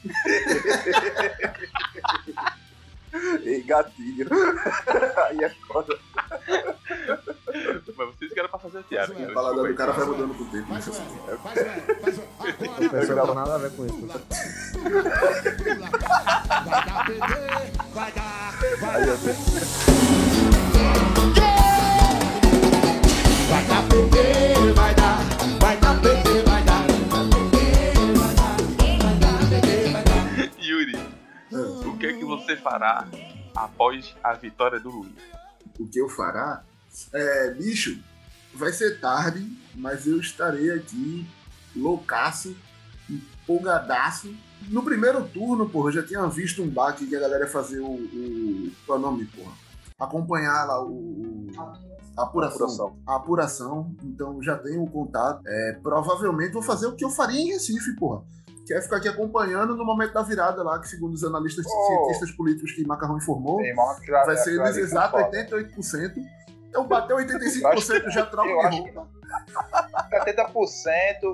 Speaker 2: Ei, gatilho. Aí é foda.
Speaker 1: Mas vocês que eram pra fazer a piada. né?
Speaker 3: O
Speaker 1: cara,
Speaker 3: paladar do
Speaker 1: desculpa
Speaker 3: cara vai mudando com o tempo.
Speaker 6: Faz
Speaker 3: Isso
Speaker 6: o
Speaker 3: assim.
Speaker 6: L, faz o L, faz o L.
Speaker 4: O pessoal não
Speaker 6: Agora
Speaker 4: tem nada a ver com isso.
Speaker 6: pula, cara. Vai dar PT, vai dar, vai dar PT. Vai dar PT, vai dar, vai dar PT, vai dar.
Speaker 1: aí. Yuri, o que é que você fará após a vitória do Luiz?
Speaker 3: o que eu fará, é, bicho, vai ser tarde, mas eu estarei aqui loucaço, empolgadaço. No primeiro turno, porra, eu já tinha visto um baque que a galera ia fazer o. o qual é o nome, porra? Acompanhar lá o. o- a apuração.
Speaker 2: Coração.
Speaker 3: A apuração, então eu já tenho o contato. É, provavelmente vou fazer o que eu faria em Recife, porra. Que é ficar aqui acompanhando no momento da virada lá, que segundo os analistas
Speaker 5: Oh.
Speaker 3: cientistas políticos que Macarrão informou,
Speaker 5: Tem uma aquilo ali-
Speaker 3: vai ser
Speaker 5: aquilo ali tá
Speaker 3: nesse exato
Speaker 5: foda.
Speaker 3: 88%. Então bateu
Speaker 5: Eu acho
Speaker 3: 85% já troca
Speaker 5: eu
Speaker 3: de
Speaker 5: acho que
Speaker 3: roupa.
Speaker 5: 70%,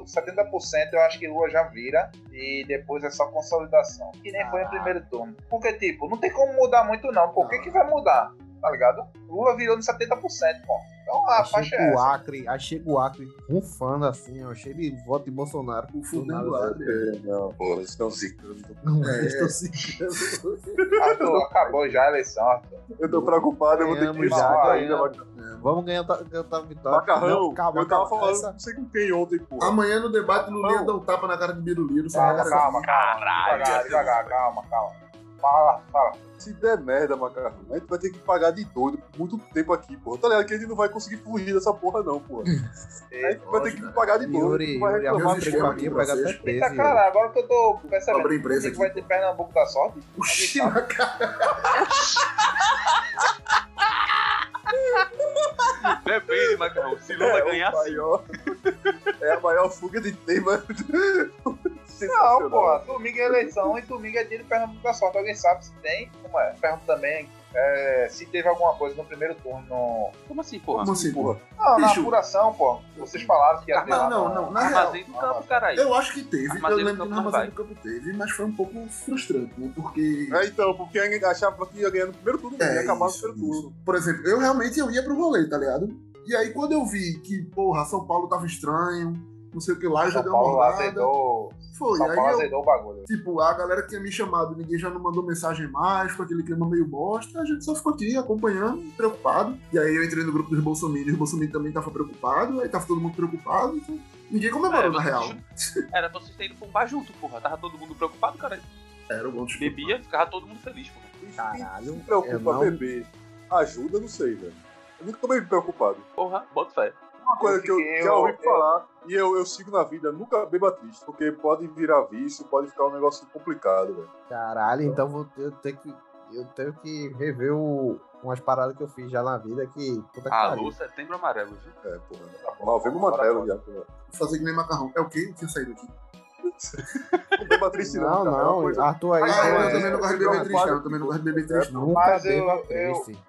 Speaker 5: 70% eu acho que Lua já vira e depois é só consolidação. Que nem foi no
Speaker 3: Ah.
Speaker 5: primeiro turno. Porque, tipo, não tem como mudar muito, não. Por que,
Speaker 3: Não.
Speaker 5: que vai mudar? Tá ligado? Lula virou no 70%, pô. Então a
Speaker 4: Achei
Speaker 5: faixa
Speaker 4: que
Speaker 5: é
Speaker 4: o
Speaker 5: essa.
Speaker 4: Acre, achei que o Acre rufando assim, ó, cheio de voto de Bolsonaro.
Speaker 3: O né?
Speaker 4: Do nada,
Speaker 3: fundão do Adriano.
Speaker 2: Não, porra, isso não zica. Eu tô-
Speaker 4: Não,
Speaker 3: É.
Speaker 4: eu estou seguindo.
Speaker 5: Arthur, acabou já a eleição, Arthur.
Speaker 2: Eu tô preocupado, eu vou ter que
Speaker 4: Ganhamos
Speaker 5: ir
Speaker 4: já,
Speaker 5: lá
Speaker 2: falar ainda.
Speaker 4: ganhamos. Vamos ganhar outra- outra vitória.
Speaker 2: Macarrão,
Speaker 4: Não, calma,
Speaker 2: eu tava
Speaker 4: calma.
Speaker 2: falando
Speaker 4: Essa-
Speaker 2: não sei com quem ontem, porra.
Speaker 3: Amanhã no debate, Lulinha
Speaker 2: Não.
Speaker 3: dá um tapa na cara de Biruliro. só na
Speaker 5: Calma,
Speaker 3: cara
Speaker 5: calma, calma.
Speaker 1: Caralho,
Speaker 5: devagar,
Speaker 1: Deus.
Speaker 5: devagar, calma, calma. Fala, fala.
Speaker 2: Se der merda, macarrão, a gente vai ter que pagar de doido por muito tempo aqui, porra. Tá ligado que a gente não vai conseguir fugir dessa porra, não, porra. A gente vai ter
Speaker 3: Lógico,
Speaker 2: que pagar de doido.
Speaker 4: né? Yuri,
Speaker 2: não vai
Speaker 4: Yuri,
Speaker 2: reclamar
Speaker 4: arruma um
Speaker 3: de
Speaker 4: emprego
Speaker 3: esquema
Speaker 4: aqui,
Speaker 3: de
Speaker 4: pega até
Speaker 3: vocês.
Speaker 4: preso.
Speaker 5: Eita,
Speaker 4: Yuri.
Speaker 5: cara, agora que eu tô percebendo
Speaker 3: Sobre a empresa
Speaker 5: que
Speaker 3: aqui.
Speaker 5: vai ter Pernambuco da sorte,
Speaker 3: Oxi, na cara.
Speaker 1: Depende, Macarrão. Se Lula ganhar,
Speaker 2: o
Speaker 1: sim.
Speaker 2: maior- é a maior fuga de tema.
Speaker 5: Não,
Speaker 2: Sensacional.
Speaker 5: porra, domingo é eleição e domingo é dia de Pernambuco da Sorte. Alguém sabe se tem? Como é? Pergunto também é, se teve alguma coisa no primeiro turno. No...
Speaker 1: Como assim, porra?
Speaker 3: Como assim,
Speaker 2: Porra.
Speaker 3: porra?
Speaker 5: Não, na
Speaker 3: Bicho.
Speaker 5: apuração, pô. Vocês falaram que ia ter. lá
Speaker 3: Ah, Não, não,
Speaker 5: no-
Speaker 3: não. Na é real,
Speaker 1: Armazém do Tá campo, caralho.
Speaker 3: eu acho que teve. Eu
Speaker 1: Armazém do
Speaker 3: lembro que
Speaker 1: Campo
Speaker 3: no
Speaker 1: não
Speaker 3: Armazém do Campo teve, mas foi um pouco frustrante, né? Porque...
Speaker 2: É, então, porque a gente achava que ia ganhar no primeiro turno,
Speaker 3: É,
Speaker 2: ia acabar no
Speaker 3: isso,
Speaker 2: primeiro turno.
Speaker 3: Por exemplo, eu realmente eu ia pro rolê, tá ligado? E aí quando eu vi que, porra, São Paulo tava estranho, não sei o que lá, eu já
Speaker 5: São
Speaker 3: dei uma
Speaker 5: Paulo lá
Speaker 3: bordada.
Speaker 5: azedou.
Speaker 3: Foi,
Speaker 5: São
Speaker 3: aí
Speaker 5: Paulo
Speaker 3: eu
Speaker 5: azedou o bagulho.
Speaker 3: Tipo, a galera que tinha me chamado, ninguém já não mandou mensagem mais, com aquele clima meio bosta, a gente só ficou aqui acompanhando, preocupado. E aí eu entrei no grupo dos Bolsonaro, os Bolsonaro também tava preocupado, aí tava todo mundo preocupado, então ninguém comemorou,
Speaker 1: É,
Speaker 3: na
Speaker 1: vocês
Speaker 3: real.
Speaker 1: Era pra vocês terem ido fumar junto, porra. Tava todo mundo preocupado, cara.
Speaker 3: Era o bom tipo, desculpa.
Speaker 1: Bebia, ficava todo mundo feliz, porra.
Speaker 4: Caralho,
Speaker 2: Se preocupa,
Speaker 4: eu não-
Speaker 2: bebê. Ajuda, não sei, velho. Eu nunca tomei preocupado.
Speaker 1: Porra, bota fé.
Speaker 2: Uma coisa que eu
Speaker 5: fiquei-
Speaker 2: já ouvi
Speaker 5: eu-
Speaker 2: falar e eu, eu sigo na vida, nunca beba triste, porque pode virar vício, pode ficar um negócio complicado, velho.
Speaker 4: Caralho, então vou ter, eu tenho que. Eu tenho que rever o- umas paradas que eu fiz já na vida que. Puta
Speaker 3: Ah,
Speaker 4: que
Speaker 1: Alô, setembro amarelo, viu?
Speaker 2: É, porra. Novembro Magrelo já, porra.
Speaker 3: Vou fazer que nem macarrão. É o quê? Eu tinha saído aqui.
Speaker 2: Não beba triste,
Speaker 4: pariu.
Speaker 2: não.
Speaker 4: Não,
Speaker 2: cara. É uma
Speaker 4: não,
Speaker 2: coisa-
Speaker 4: Arthur aí.
Speaker 3: Ah,
Speaker 4: não
Speaker 3: eu
Speaker 4: é-
Speaker 3: também não gosto de beber
Speaker 2: é,
Speaker 3: triste, cara. Eu também não gosto de beber triste, não.
Speaker 4: Nunca
Speaker 5: Mas
Speaker 4: beba
Speaker 5: eu- eu-
Speaker 4: triste.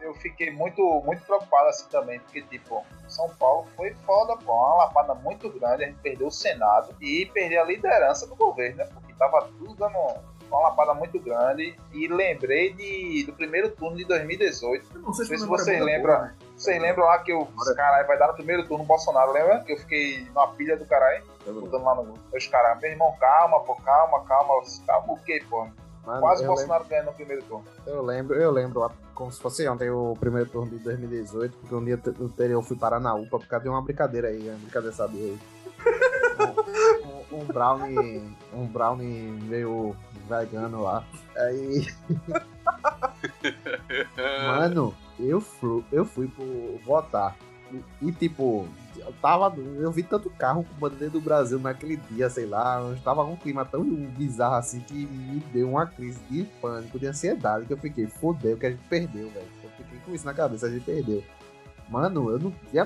Speaker 5: Eu fiquei muito, muito preocupado assim também, porque, tipo, São Paulo foi foda, pô. Uma lapada muito grande, a gente perdeu o Senado e perdeu a liderança do governo, né? Porque tava tudo dando Foi uma lapada muito grande. E lembrei de, do primeiro turno de 2018.
Speaker 3: Não sei
Speaker 5: Não sei se
Speaker 3: a memória é
Speaker 5: vocês
Speaker 3: muito
Speaker 5: lembram.
Speaker 3: boa, né?
Speaker 5: Vocês lembram lá que eu.
Speaker 3: Bora.
Speaker 5: Caralho, vai dar no primeiro turno o Bolsonaro, lembra? Que eu fiquei numa pilha do caralho, botando lá no grupo. Os caras, meu irmão, calma, pô, calma, calma. Eu disse, Calma o quê, pô?
Speaker 4: Mano,
Speaker 5: Quase
Speaker 4: Ah,
Speaker 5: o
Speaker 4: eu
Speaker 5: Bolsonaro ganhou no primeiro turno.
Speaker 4: Eu lembro, eu lembro, lá, como se fosse ontem o primeiro turno de 2018, porque um dia te- anterior eu fui parar na UPA por causa de uma brincadeira aí, uma brincadeira sabe aí. Um, um- um brownie, um brownie meio vegano lá. Aí,
Speaker 1: É,
Speaker 4: mano, eu fui, eu fui pro votar. E, e, tipo, eu tava, eu vi tanto carro com bandeira do Brasil naquele dia, sei lá, eu tava com um clima tão bizarro assim que me deu uma crise de pânico, de ansiedade, que eu fiquei, fodeu que a gente perdeu, velho. Eu fiquei com isso na cabeça, a gente perdeu. Mano, eu não tinha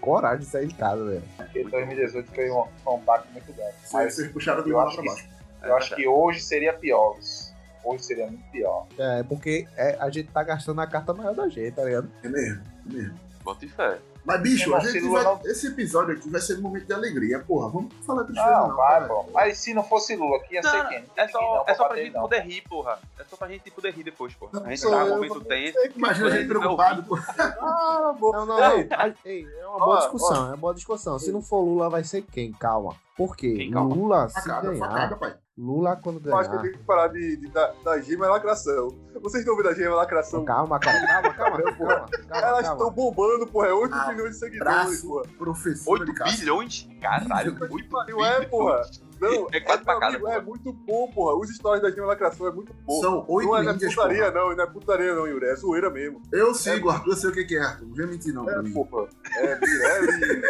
Speaker 4: coragem de sair de casa, velho.
Speaker 5: Porque 2018 foi um, foi um baque muito grande.
Speaker 3: Vocês
Speaker 5: Mas
Speaker 3: vocês puxaram de
Speaker 5: eu
Speaker 3: lá
Speaker 5: acho
Speaker 3: pra
Speaker 5: que-
Speaker 3: baixo.
Speaker 5: eu acho que hoje seria pior. isso. Hoje seria muito pior.
Speaker 4: É, porque é, a gente tá gastando a carta maior da gente, tá ligado?
Speaker 3: É mesmo, é mesmo.
Speaker 1: Bota em fé.
Speaker 3: Mas, bicho,
Speaker 5: Irmão,
Speaker 3: a
Speaker 5: se
Speaker 3: gente
Speaker 5: Lula
Speaker 3: vai,
Speaker 5: não-
Speaker 3: esse episódio aqui vai ser um momento de alegria, porra. Vamos falar tristeza
Speaker 5: Não,
Speaker 3: não,
Speaker 5: vai,
Speaker 3: cara.
Speaker 5: pô. Mas se não fosse Lula, que ia ser
Speaker 1: Não,
Speaker 5: quem? Não tem
Speaker 1: É
Speaker 5: ninguém
Speaker 1: só,
Speaker 5: não
Speaker 1: é só pra
Speaker 5: bater,
Speaker 1: gente
Speaker 5: não.
Speaker 1: poder rir, porra. É só pra gente poder rir depois, porra.
Speaker 2: Não,
Speaker 1: A gente
Speaker 2: sou
Speaker 1: tá
Speaker 2: eu,
Speaker 1: num momento tenso.
Speaker 3: Imagina a gente
Speaker 1: Não,
Speaker 3: preocupado, pô.
Speaker 2: Ah, vou...
Speaker 4: Não, não, não. Ai, ei, é uma boa
Speaker 2: Ó,
Speaker 4: discussão, é uma boa discussão. Se não for Lula, vai ser quem? Calma. Por quê?
Speaker 1: Quem? Calma.
Speaker 2: Tá
Speaker 4: Lula, se
Speaker 3: Facada,
Speaker 4: ganhar,
Speaker 3: facada, pai.
Speaker 4: Lula quando
Speaker 2: Eu acho que eu
Speaker 4: ganhar...
Speaker 2: tenho que parar de, de, da, da gema é lacração. Vocês estão vendo a gema é lacração?
Speaker 4: Calma, cara, calma, calma, calma, calma,
Speaker 2: Elas estão
Speaker 4: calma.
Speaker 2: bombando, porra. É 8
Speaker 3: Ah,
Speaker 2: milhões de seguidores,
Speaker 3: Braço,
Speaker 2: porra.
Speaker 3: professor
Speaker 1: 8
Speaker 3: de casa.
Speaker 1: bilhões? Caralho, 8
Speaker 2: Não é,
Speaker 1: bilhões.
Speaker 2: porra. Não,
Speaker 1: É quase pra
Speaker 2: meu
Speaker 1: casa,
Speaker 2: amigo, É
Speaker 1: porra.
Speaker 2: muito bom, porra. Os stories da gema é lacração é muito bom.
Speaker 3: São oito
Speaker 2: não é, não é
Speaker 3: índias,
Speaker 2: putaria,
Speaker 3: porra.
Speaker 2: não. Não é putaria, não, Yuri. É zoeira mesmo.
Speaker 3: Eu sigo, Arthur, eu sei o que que é, Arthur. Não vem mentir, não, pra
Speaker 2: É,
Speaker 3: mim.
Speaker 2: porra. É Mirelle.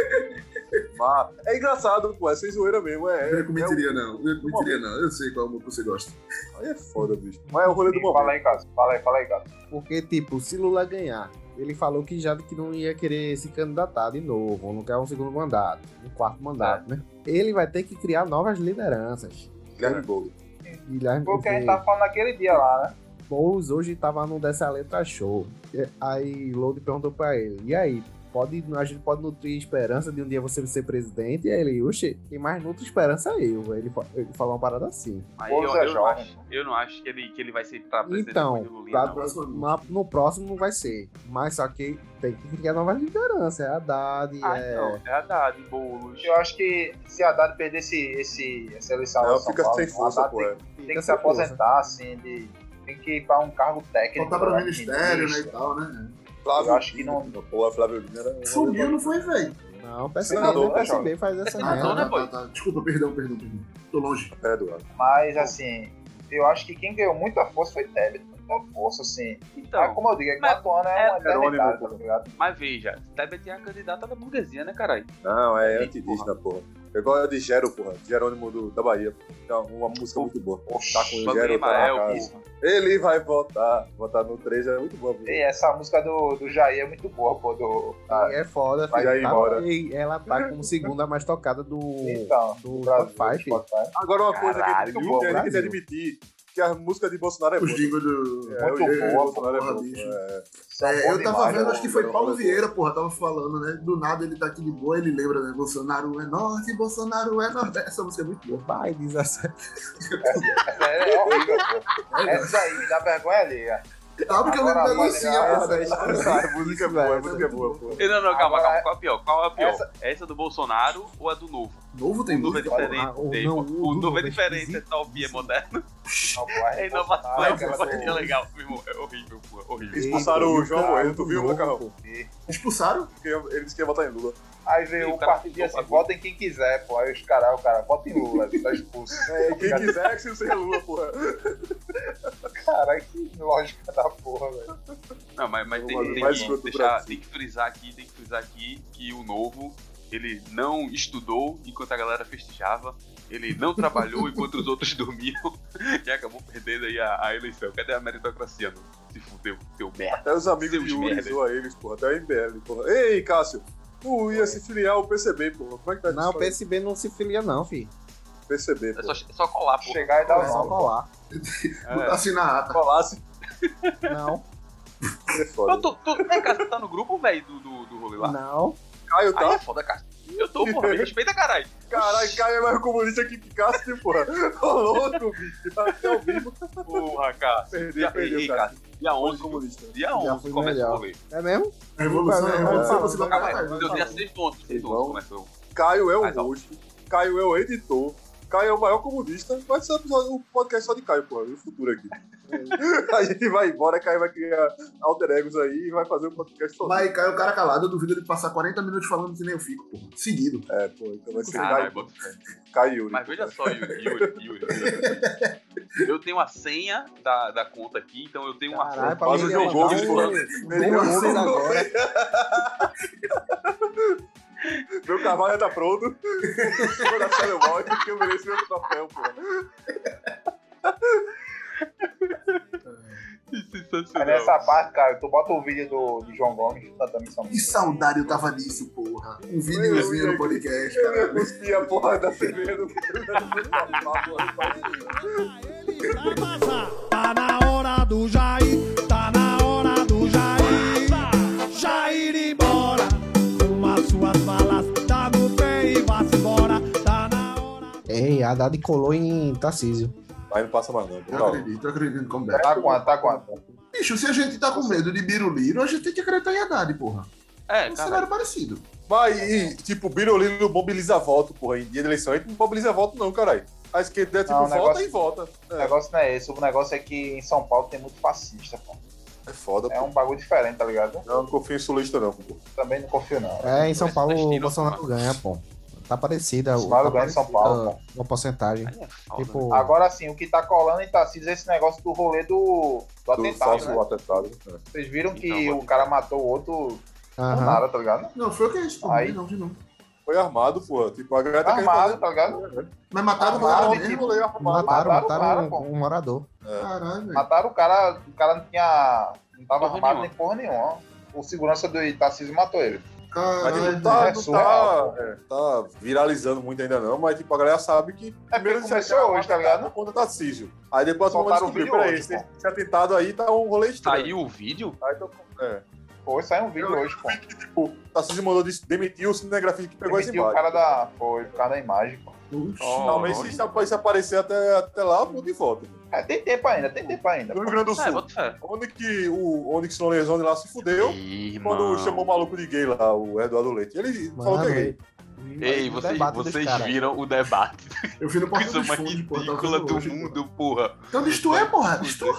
Speaker 2: Má. É engraçado, pô. É sem zoeira mesmo. É,
Speaker 3: Não
Speaker 2: é,
Speaker 3: vem com mentiria, não. Não vem com mentiria, não. Eu sei qual música você gosta.
Speaker 2: é, é foda, bicho. Mas é o rolê do momento.
Speaker 5: Fala aí, Cássio. Fala aí, fala aí, Cássio.
Speaker 4: Porque, tipo, se Lula ganhar, ele falou que já que não ia querer se candidatar de novo, não quer um segundo mandato, um quarto mandato,
Speaker 2: É.
Speaker 4: né? Ele vai ter que criar novas lideranças.
Speaker 2: Guilherme Boulos.
Speaker 4: Guilherme
Speaker 5: Foi o que a gente
Speaker 4: porque
Speaker 5: tava falando naquele dia lá, né?
Speaker 4: Boulos hoje tava num dessa letra show. E- Aí Lodi perguntou pra ele, e aí? Pode, a gente pode nutrir esperança de um dia você ser presidente? E aí ele, oxe, quem mais nutre esperança é eu. Ele, fa- ele falou uma parada assim.
Speaker 1: Aí eu,
Speaker 5: Boulos é
Speaker 1: eu, não
Speaker 5: jovem.
Speaker 1: acho, eu não acho que ele, que ele vai ser pra presidente
Speaker 4: Então,
Speaker 1: do Lulinha,
Speaker 4: pra-
Speaker 1: não.
Speaker 4: na- no próximo não vai ser. Mas só que tem que criar novas lideranças. É Haddad,
Speaker 1: Ah,
Speaker 4: é
Speaker 1: então, é Haddad, Boulos.
Speaker 5: Eu acho que se Haddad perdesse esse, essa eleição lá
Speaker 2: Ela
Speaker 5: em São
Speaker 2: fica
Speaker 5: Paulo,
Speaker 2: sem
Speaker 5: o
Speaker 2: força,
Speaker 5: Haddad
Speaker 2: pô.
Speaker 5: tem-
Speaker 2: é.
Speaker 4: Fica
Speaker 5: tem, que se
Speaker 4: sem força.
Speaker 5: aposentar, assim, de, tem que ir pra um cargo técnico.
Speaker 3: Voltar tá pra
Speaker 5: né,
Speaker 3: ministério, né, e
Speaker 5: ministro.
Speaker 3: tal, né?
Speaker 2: Flávio
Speaker 5: Eu acho que
Speaker 2: Dino,
Speaker 5: não-
Speaker 2: porra, Pô, Flávio Dino era...
Speaker 3: Sumiu, não foi, velho?
Speaker 4: Não, PSB,
Speaker 2: Senador,
Speaker 4: né?
Speaker 2: né,
Speaker 4: PSB faz essa
Speaker 3: Ah,
Speaker 1: não, né,
Speaker 3: tá, tá,
Speaker 4: merda.
Speaker 1: pô?
Speaker 3: tá, tá. Desculpa, perdão, perdão, perdão. Tô longe.
Speaker 2: É, Eduardo.
Speaker 5: Mas, assim, eu acho que quem ganhou muita força foi Tebet. Muita força, assim. Mas,
Speaker 1: Então,
Speaker 5: como eu digo, é
Speaker 1: mas-
Speaker 5: quatro anos é uma
Speaker 1: é,
Speaker 5: eternidade, tá ligado?
Speaker 1: mas veja, Tebet é a candidata da burguesia, né, caralho?
Speaker 2: Não, é
Speaker 1: Sim,
Speaker 2: antidígena, porra. É igual a de Gero, porra. Jerônimo do, da Bahia. É uma música muito boa.
Speaker 5: Oxi,
Speaker 2: Tá com o
Speaker 1: Bandeira
Speaker 2: Gero, tá na
Speaker 1: Mael,
Speaker 2: casa. Ele vai votar. Votar no 3 é muito bom.
Speaker 5: e essa música do, do Jair é muito boa, pô. Do,
Speaker 4: E é foda,
Speaker 2: Vai
Speaker 4: filho.
Speaker 2: aí
Speaker 4: Tá-
Speaker 2: embora.
Speaker 4: e ela tá como segunda mais tocada do,
Speaker 5: então,
Speaker 4: do
Speaker 5: Brasil,
Speaker 4: Spotify. filho.
Speaker 5: Spotify.
Speaker 2: Agora, uma coisa que é
Speaker 1: Caralho,
Speaker 2: muito boa, que a gente tem que
Speaker 4: Brasil.
Speaker 2: admitir, que a música de Bolsonaro é boa.
Speaker 3: Os jingles do...
Speaker 2: É, o
Speaker 5: Muito
Speaker 2: Jair
Speaker 5: boa,
Speaker 2: Bolsonaro é
Speaker 3: porra,
Speaker 2: bom,
Speaker 3: bicho.
Speaker 2: é.
Speaker 5: São
Speaker 3: É,
Speaker 5: bom
Speaker 3: eu tava
Speaker 5: demais,
Speaker 3: vendo,
Speaker 5: né?
Speaker 3: acho que foi
Speaker 2: eu-
Speaker 3: Paulo
Speaker 2: eu-
Speaker 3: Vieira, porra, tava falando, né? Do nada ele tá aqui de boa, ele lembra, né? Bolsonaro é norte, Bolsonaro é nordeste. Essa música é muito boa.
Speaker 4: Vai, diz assim.
Speaker 5: Essa é horrível, pô.
Speaker 3: É.
Speaker 5: Essa aí me dá vergonha alheia.
Speaker 3: Tá, porque eu lembro da
Speaker 5: Agora,
Speaker 3: dancinha,
Speaker 5: rapaziada,
Speaker 3: porra. da história.
Speaker 2: Essa música é boa, a música é boa, pô.
Speaker 1: Não, não, calma, calma.
Speaker 5: Agora,
Speaker 1: Qual é a pior? Qual é a pior?
Speaker 5: essa-
Speaker 1: Essa, do Bolsonaro ou a do Novo?
Speaker 3: Novo
Speaker 1: O
Speaker 3: tem
Speaker 1: Novo é
Speaker 3: música.
Speaker 1: diferente.
Speaker 4: Ah, o
Speaker 1: tem,
Speaker 4: não,
Speaker 1: pô.
Speaker 4: o
Speaker 1: o Novo é
Speaker 4: Novo é
Speaker 1: diferente, é
Speaker 4: esquisito.
Speaker 1: top, é moderno.
Speaker 5: Não, pô,
Speaker 1: É
Speaker 5: Bolsonaro,
Speaker 1: inovação, é
Speaker 5: aquela
Speaker 1: uma coisa
Speaker 5: do-
Speaker 1: legal. meu irmão. É horrível, pô. é horrível.
Speaker 2: Expulsaram
Speaker 4: Eita,
Speaker 2: o João
Speaker 4: cara,
Speaker 2: Moedo, tu viu,
Speaker 4: novo,
Speaker 2: Macarrão?
Speaker 4: pô.
Speaker 3: Expulsaram?
Speaker 2: Porque Ele disse que ia votar em Lula.
Speaker 5: Aí
Speaker 1: Sim,
Speaker 5: veio
Speaker 1: tá
Speaker 5: o
Speaker 1: o cara
Speaker 5: partido assim,
Speaker 1: ficou
Speaker 5: votem quem quiser, pô. Aí os caras, o cara, votem Lula, tá expulso.
Speaker 2: É, quem quiser que se seja Lula, porra.
Speaker 5: Cara, que lógica da porra, velho.
Speaker 1: Não, mas, mas tem,
Speaker 2: Mas
Speaker 1: tem
Speaker 2: É mais
Speaker 1: que
Speaker 2: escroto do
Speaker 1: deixar,
Speaker 2: Brasil.
Speaker 1: tem que frisar aqui, tem que frisar aqui que o novo, ele não estudou enquanto a galera festejava, ele não trabalhou enquanto os outros dormiam e acabou perdendo aí a, a eleição. Cadê a meritocracia, mano? Se fudeu, seu merda.
Speaker 2: Até os amigos
Speaker 1: Seus
Speaker 2: de Yuri
Speaker 1: merdas.
Speaker 2: zoam eles, porra. Até o MBL, porra. Ei, Cássio, tu ia se filiar ao PCB, porra. Como é que tá
Speaker 4: Não, o
Speaker 2: PCB.
Speaker 4: PSB não se filia, não, filho.
Speaker 2: PCB,
Speaker 1: É só,
Speaker 2: porra.
Speaker 1: é só colar, pô.
Speaker 5: Chegar e dar
Speaker 4: É
Speaker 5: o
Speaker 4: só
Speaker 5: nome.
Speaker 4: colar.
Speaker 1: É.
Speaker 3: Assinar a ata.
Speaker 2: Falasse,
Speaker 4: Não,
Speaker 2: é
Speaker 1: Eu
Speaker 2: foda.
Speaker 1: tô, tô, é, cara, tu tá no grupo, velho, do, do, do rolê lá?
Speaker 4: não.
Speaker 2: Caio
Speaker 1: Aí
Speaker 2: tá?
Speaker 1: é foda, cara. Eu tô, porra, me respeita, caralho.
Speaker 2: Caralho, Caio é mais comunista que Picasso, porra. Ô louco, bicho. Até o vivo.
Speaker 1: Porra, cara.
Speaker 2: Perdeu,
Speaker 1: Dia,
Speaker 2: perdeu,
Speaker 1: ei,
Speaker 2: cara.
Speaker 1: cara. Dia 11,
Speaker 2: comunista.
Speaker 1: dia
Speaker 4: Já
Speaker 1: 11
Speaker 4: fui
Speaker 1: começa o
Speaker 4: melhor.
Speaker 1: rolê.
Speaker 4: É mesmo?
Speaker 3: A revolução é a revolução. Você vai
Speaker 1: Calma
Speaker 3: ganhar.
Speaker 1: aí, eu tenho
Speaker 3: vai.
Speaker 1: 6 pontos, 6
Speaker 2: Então,
Speaker 1: pontos começa o
Speaker 2: Caio é o
Speaker 1: Mas, ó.
Speaker 2: host, Caio é o editor, Caio é o maior comunista. Vai ser um episódio- um podcast só de Caio, porra, no futuro aqui. a gente vai embora, Caio vai criar alter egos aí e vai fazer um podcast só.
Speaker 3: Mas cai o cara calado, eu duvido ele passar 40 minutos falando que nem eu fico, porra. Seguido.
Speaker 2: É, pô, então vai ser
Speaker 1: Caralho,
Speaker 2: Caio,
Speaker 1: bota fé.
Speaker 2: Caio e Yuri.
Speaker 1: Mas veja só, Yuri, Yuri, Yuri, Yuri. Eu tenho a senha da, da conta aqui, então eu tenho uma
Speaker 4: Caralho,
Speaker 1: senha.
Speaker 4: pra
Speaker 2: Quase
Speaker 4: mim ele
Speaker 2: jogou,
Speaker 4: ia
Speaker 2: viu,
Speaker 4: levar um-
Speaker 2: Ele
Speaker 4: um
Speaker 2: deu
Speaker 4: Gomes
Speaker 2: um gol.
Speaker 4: agora.
Speaker 2: Meu cavalo já tá pronto. Vou dar telemóvel porque eu mereço meu troféu, porra.
Speaker 1: Que
Speaker 5: Aí
Speaker 1: sensacional.
Speaker 5: nessa parte, cara, tu bota o vídeo do, do João Gomes tá cantando essa
Speaker 3: Que
Speaker 5: música.
Speaker 3: saudade eu tava disso, porra. Um
Speaker 2: Eu ia-
Speaker 3: videozinho no podcast,
Speaker 2: Eu ia
Speaker 3: cara.
Speaker 2: cuspir a porra da cerveja do porra.
Speaker 6: Tá na hora do Jair, tá na hora do Jair. Jair embora, com as suas falas, tá no pé e vai embora. Tá na hora.
Speaker 4: Ei, Haddad colou em Tarcísio.
Speaker 2: Mas não passa mais não,
Speaker 3: Eu acredito, eu acredito como deve.
Speaker 5: Tá quanto? Tá quanto?
Speaker 3: Bicho, se a gente tá com medo de biruliro, a gente tem que acreditar em Haddad, porra.
Speaker 1: É,
Speaker 3: um
Speaker 1: cara,
Speaker 3: cenário parecido.
Speaker 2: Mas, e, tipo, Birolino não mobiliza voto, porra. Em dia de eleição, a gente não mobiliza voto, não, caralho. A esquerda é tipo,
Speaker 5: Não, o
Speaker 2: vota
Speaker 5: negócio-
Speaker 2: e vota.
Speaker 5: O negócio não é esse, o negócio é que em São Paulo tem muito fascista, pô.
Speaker 2: É foda,
Speaker 5: É
Speaker 2: pô.
Speaker 5: um bagulho diferente, tá ligado?
Speaker 2: Não, não confio em sulista, não, pô.
Speaker 5: Também não confio, não.
Speaker 4: É, em São
Speaker 1: Mas
Speaker 4: Paulo o
Speaker 1: Palestina,
Speaker 4: Bolsonaro ganha, pô. Tá parecida. o-
Speaker 5: Bolsonaro
Speaker 4: tá
Speaker 5: ganha em São
Speaker 4: parecida
Speaker 5: Paulo,
Speaker 4: Uma porcentagem.
Speaker 1: aí é falta, né?
Speaker 4: Tipo,
Speaker 5: Agora sim, o que tá colando em Tarcísio é esse negócio do rolê do, do
Speaker 2: Do
Speaker 5: atentado.
Speaker 2: falso
Speaker 5: né?
Speaker 2: atentado. né?
Speaker 5: Vocês viram que
Speaker 1: Então,
Speaker 5: o cara matou o outro do
Speaker 4: aham.
Speaker 5: nada, tá ligado?
Speaker 3: Não, foi o que é isso, porra.
Speaker 5: Aí.
Speaker 3: Não, de novo.
Speaker 2: Foi armado, porra. Tipo, a galera tá querendo
Speaker 5: Armado, tá ligado?
Speaker 2: fazer-
Speaker 3: Mas mataram o
Speaker 5: Mataram
Speaker 3: cara
Speaker 5: e
Speaker 3: mesmo? né?
Speaker 5: tipo-
Speaker 2: rolê armado.
Speaker 4: mataram,
Speaker 5: mataram o
Speaker 4: mataram
Speaker 5: cara,
Speaker 4: um,
Speaker 5: pô.
Speaker 4: um morador.
Speaker 3: Caralho, velho.
Speaker 5: Mataram o cara, o cara não tinha. não tava
Speaker 1: Porra
Speaker 5: armado
Speaker 1: nenhuma.
Speaker 5: nem porra nenhuma. O segurança do Tarcísio matou ele.
Speaker 2: Mas tipo,
Speaker 3: Caralho,
Speaker 2: tá,
Speaker 5: É
Speaker 3: velho.
Speaker 2: não
Speaker 5: surreal,
Speaker 2: tá, é, tá viralizando muito ainda não, mas tipo, a galera sabe que
Speaker 5: É porque começou hoje, tá ligado?
Speaker 2: Conta Tarcísio. Aí depois todo mundo
Speaker 5: Soltaram o
Speaker 2: descobriu,
Speaker 5: vídeo
Speaker 2: peraí,
Speaker 5: hoje,
Speaker 2: esse, esse atentado aí tá um rolê estranho.
Speaker 1: Saiu o vídeo?
Speaker 2: Aí, então, é.
Speaker 5: Foi, saiu um vídeo
Speaker 2: Eu-
Speaker 5: hoje, pô.
Speaker 2: Tipo, Tarcísio mandou des- demitir o cinegrafista que pegou esse
Speaker 5: Demitiu o cara da. Foi, por causa da imagem, pô.
Speaker 3: Oxi.
Speaker 1: Ó. É,
Speaker 2: Talvez se isso apa- se aparecer até, até lá, muda e volta.
Speaker 5: É, tem tempo ainda, tem tempo ainda.
Speaker 2: No Rio Grande do
Speaker 1: É,
Speaker 2: Sul,
Speaker 1: bota fé.
Speaker 2: onde que o Onyx Lorenzoni lá se fudeu,
Speaker 1: Ih,
Speaker 2: quando
Speaker 1: mano.
Speaker 2: chamou o maluco de gay lá, o Eduardo Leite. Ele falou que é gay.
Speaker 1: Ei, vocês, vocês viram o debate.
Speaker 3: Eu vi no Porta
Speaker 1: Coisa
Speaker 3: dos
Speaker 1: mais
Speaker 3: Fundos, porra. tava
Speaker 1: ridícula
Speaker 3: vendo
Speaker 1: do
Speaker 3: hoje,
Speaker 1: mundo, porra.
Speaker 3: porra. Então destoé, porra. Destoé.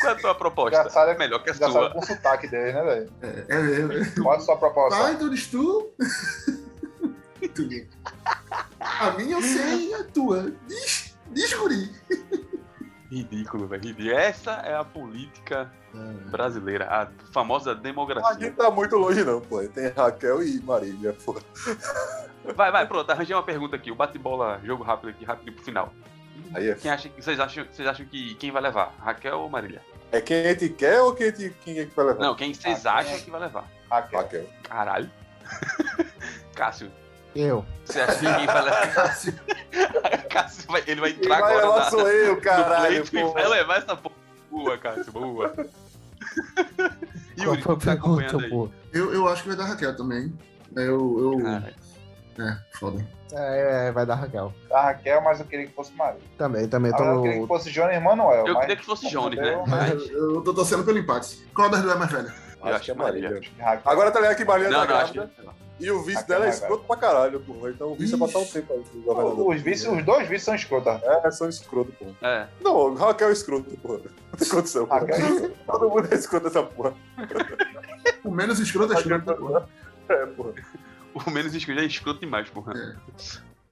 Speaker 1: Qual é a tua proposta?
Speaker 5: Engraçado
Speaker 1: É
Speaker 5: é
Speaker 1: melhor que a
Speaker 5: Engraçado
Speaker 1: sua.
Speaker 5: com o sotaque dele, né, velho?
Speaker 3: É, é, é.
Speaker 5: Qual a sua
Speaker 3: Vai,
Speaker 5: proposta?
Speaker 3: então destoé. Muito bem. A minha eu sei, a tua. Diz, diz, guri.
Speaker 1: Ridículo, velho. Ridículo. Essa é a política brasileira, a famosa
Speaker 2: A gente
Speaker 1: democracia.
Speaker 2: tá muito longe não, pô. Tem Raquel e Marília, pô.
Speaker 1: Vai, vai, pronto, arranjei uma pergunta aqui. O bate-bola, jogo rápido aqui, rápido pro final.
Speaker 2: Aí é
Speaker 1: Quem acha, vocês, acham, vocês acham que quem vai levar? Raquel ou Marília?
Speaker 2: É quem a gente quer ou quem, a gente, quem é que vai levar?
Speaker 1: Não, quem vocês
Speaker 5: Ah,
Speaker 1: acham
Speaker 5: quem é?
Speaker 1: que vai levar?
Speaker 5: Raquel.
Speaker 2: Raquel.
Speaker 1: Caralho. Cássio,
Speaker 4: Eu.
Speaker 1: você acha que quem vai levar?
Speaker 3: Assim,
Speaker 1: Cássio, vai- ele vai
Speaker 2: Quem
Speaker 1: entrar
Speaker 2: vai
Speaker 1: agora
Speaker 2: levar
Speaker 1: na,
Speaker 2: sou eu, caralho,
Speaker 1: no pleito e
Speaker 2: pô.
Speaker 1: vai levar essa porra. Boa, Cássio, boa.
Speaker 4: Qual
Speaker 1: Yuri,
Speaker 4: foi a
Speaker 1: tá
Speaker 4: pergunta,
Speaker 1: acompanhando aí?
Speaker 4: pô?
Speaker 3: Eu, eu acho que vai dar Raquel também. Eu. eu...
Speaker 1: Caralho.
Speaker 3: É, foda.
Speaker 4: É, é, vai dar Raquel.
Speaker 5: A Raquel, mas eu queria que fosse Maria.
Speaker 4: Também, também. Tô
Speaker 5: Agora eu queria que
Speaker 4: no...
Speaker 5: fosse Jones e Manuel.
Speaker 1: Eu
Speaker 5: mas
Speaker 1: queria que fosse Jones, né?
Speaker 5: Eu-
Speaker 1: Mas
Speaker 3: Eu, eu tô torcendo pelo empate. Qual das duas é mais velha?
Speaker 1: Eu acho que é Marília.
Speaker 5: acho que Raquel.
Speaker 2: Agora tá ligado que Marília
Speaker 1: Não,
Speaker 2: tá
Speaker 1: não, acho que.
Speaker 2: grávida e o vice
Speaker 5: Raquel
Speaker 2: dela é
Speaker 5: vai,
Speaker 2: escroto pra caralho, pô. Então o vice vai passar um tempo aí. pro governador.
Speaker 5: Os, vice, os dois vices são escrotas.
Speaker 2: É, são escroto, pô.
Speaker 1: É.
Speaker 2: Não, Raquel é escroto, pô. Não tem condição, pô.
Speaker 5: Raquel é
Speaker 3: um
Speaker 2: Todo mundo é escroto essa porra.
Speaker 3: O menos escroto é escroto. porra.
Speaker 2: É, porra.
Speaker 1: O menos escroto é escroto demais, porra.
Speaker 3: É.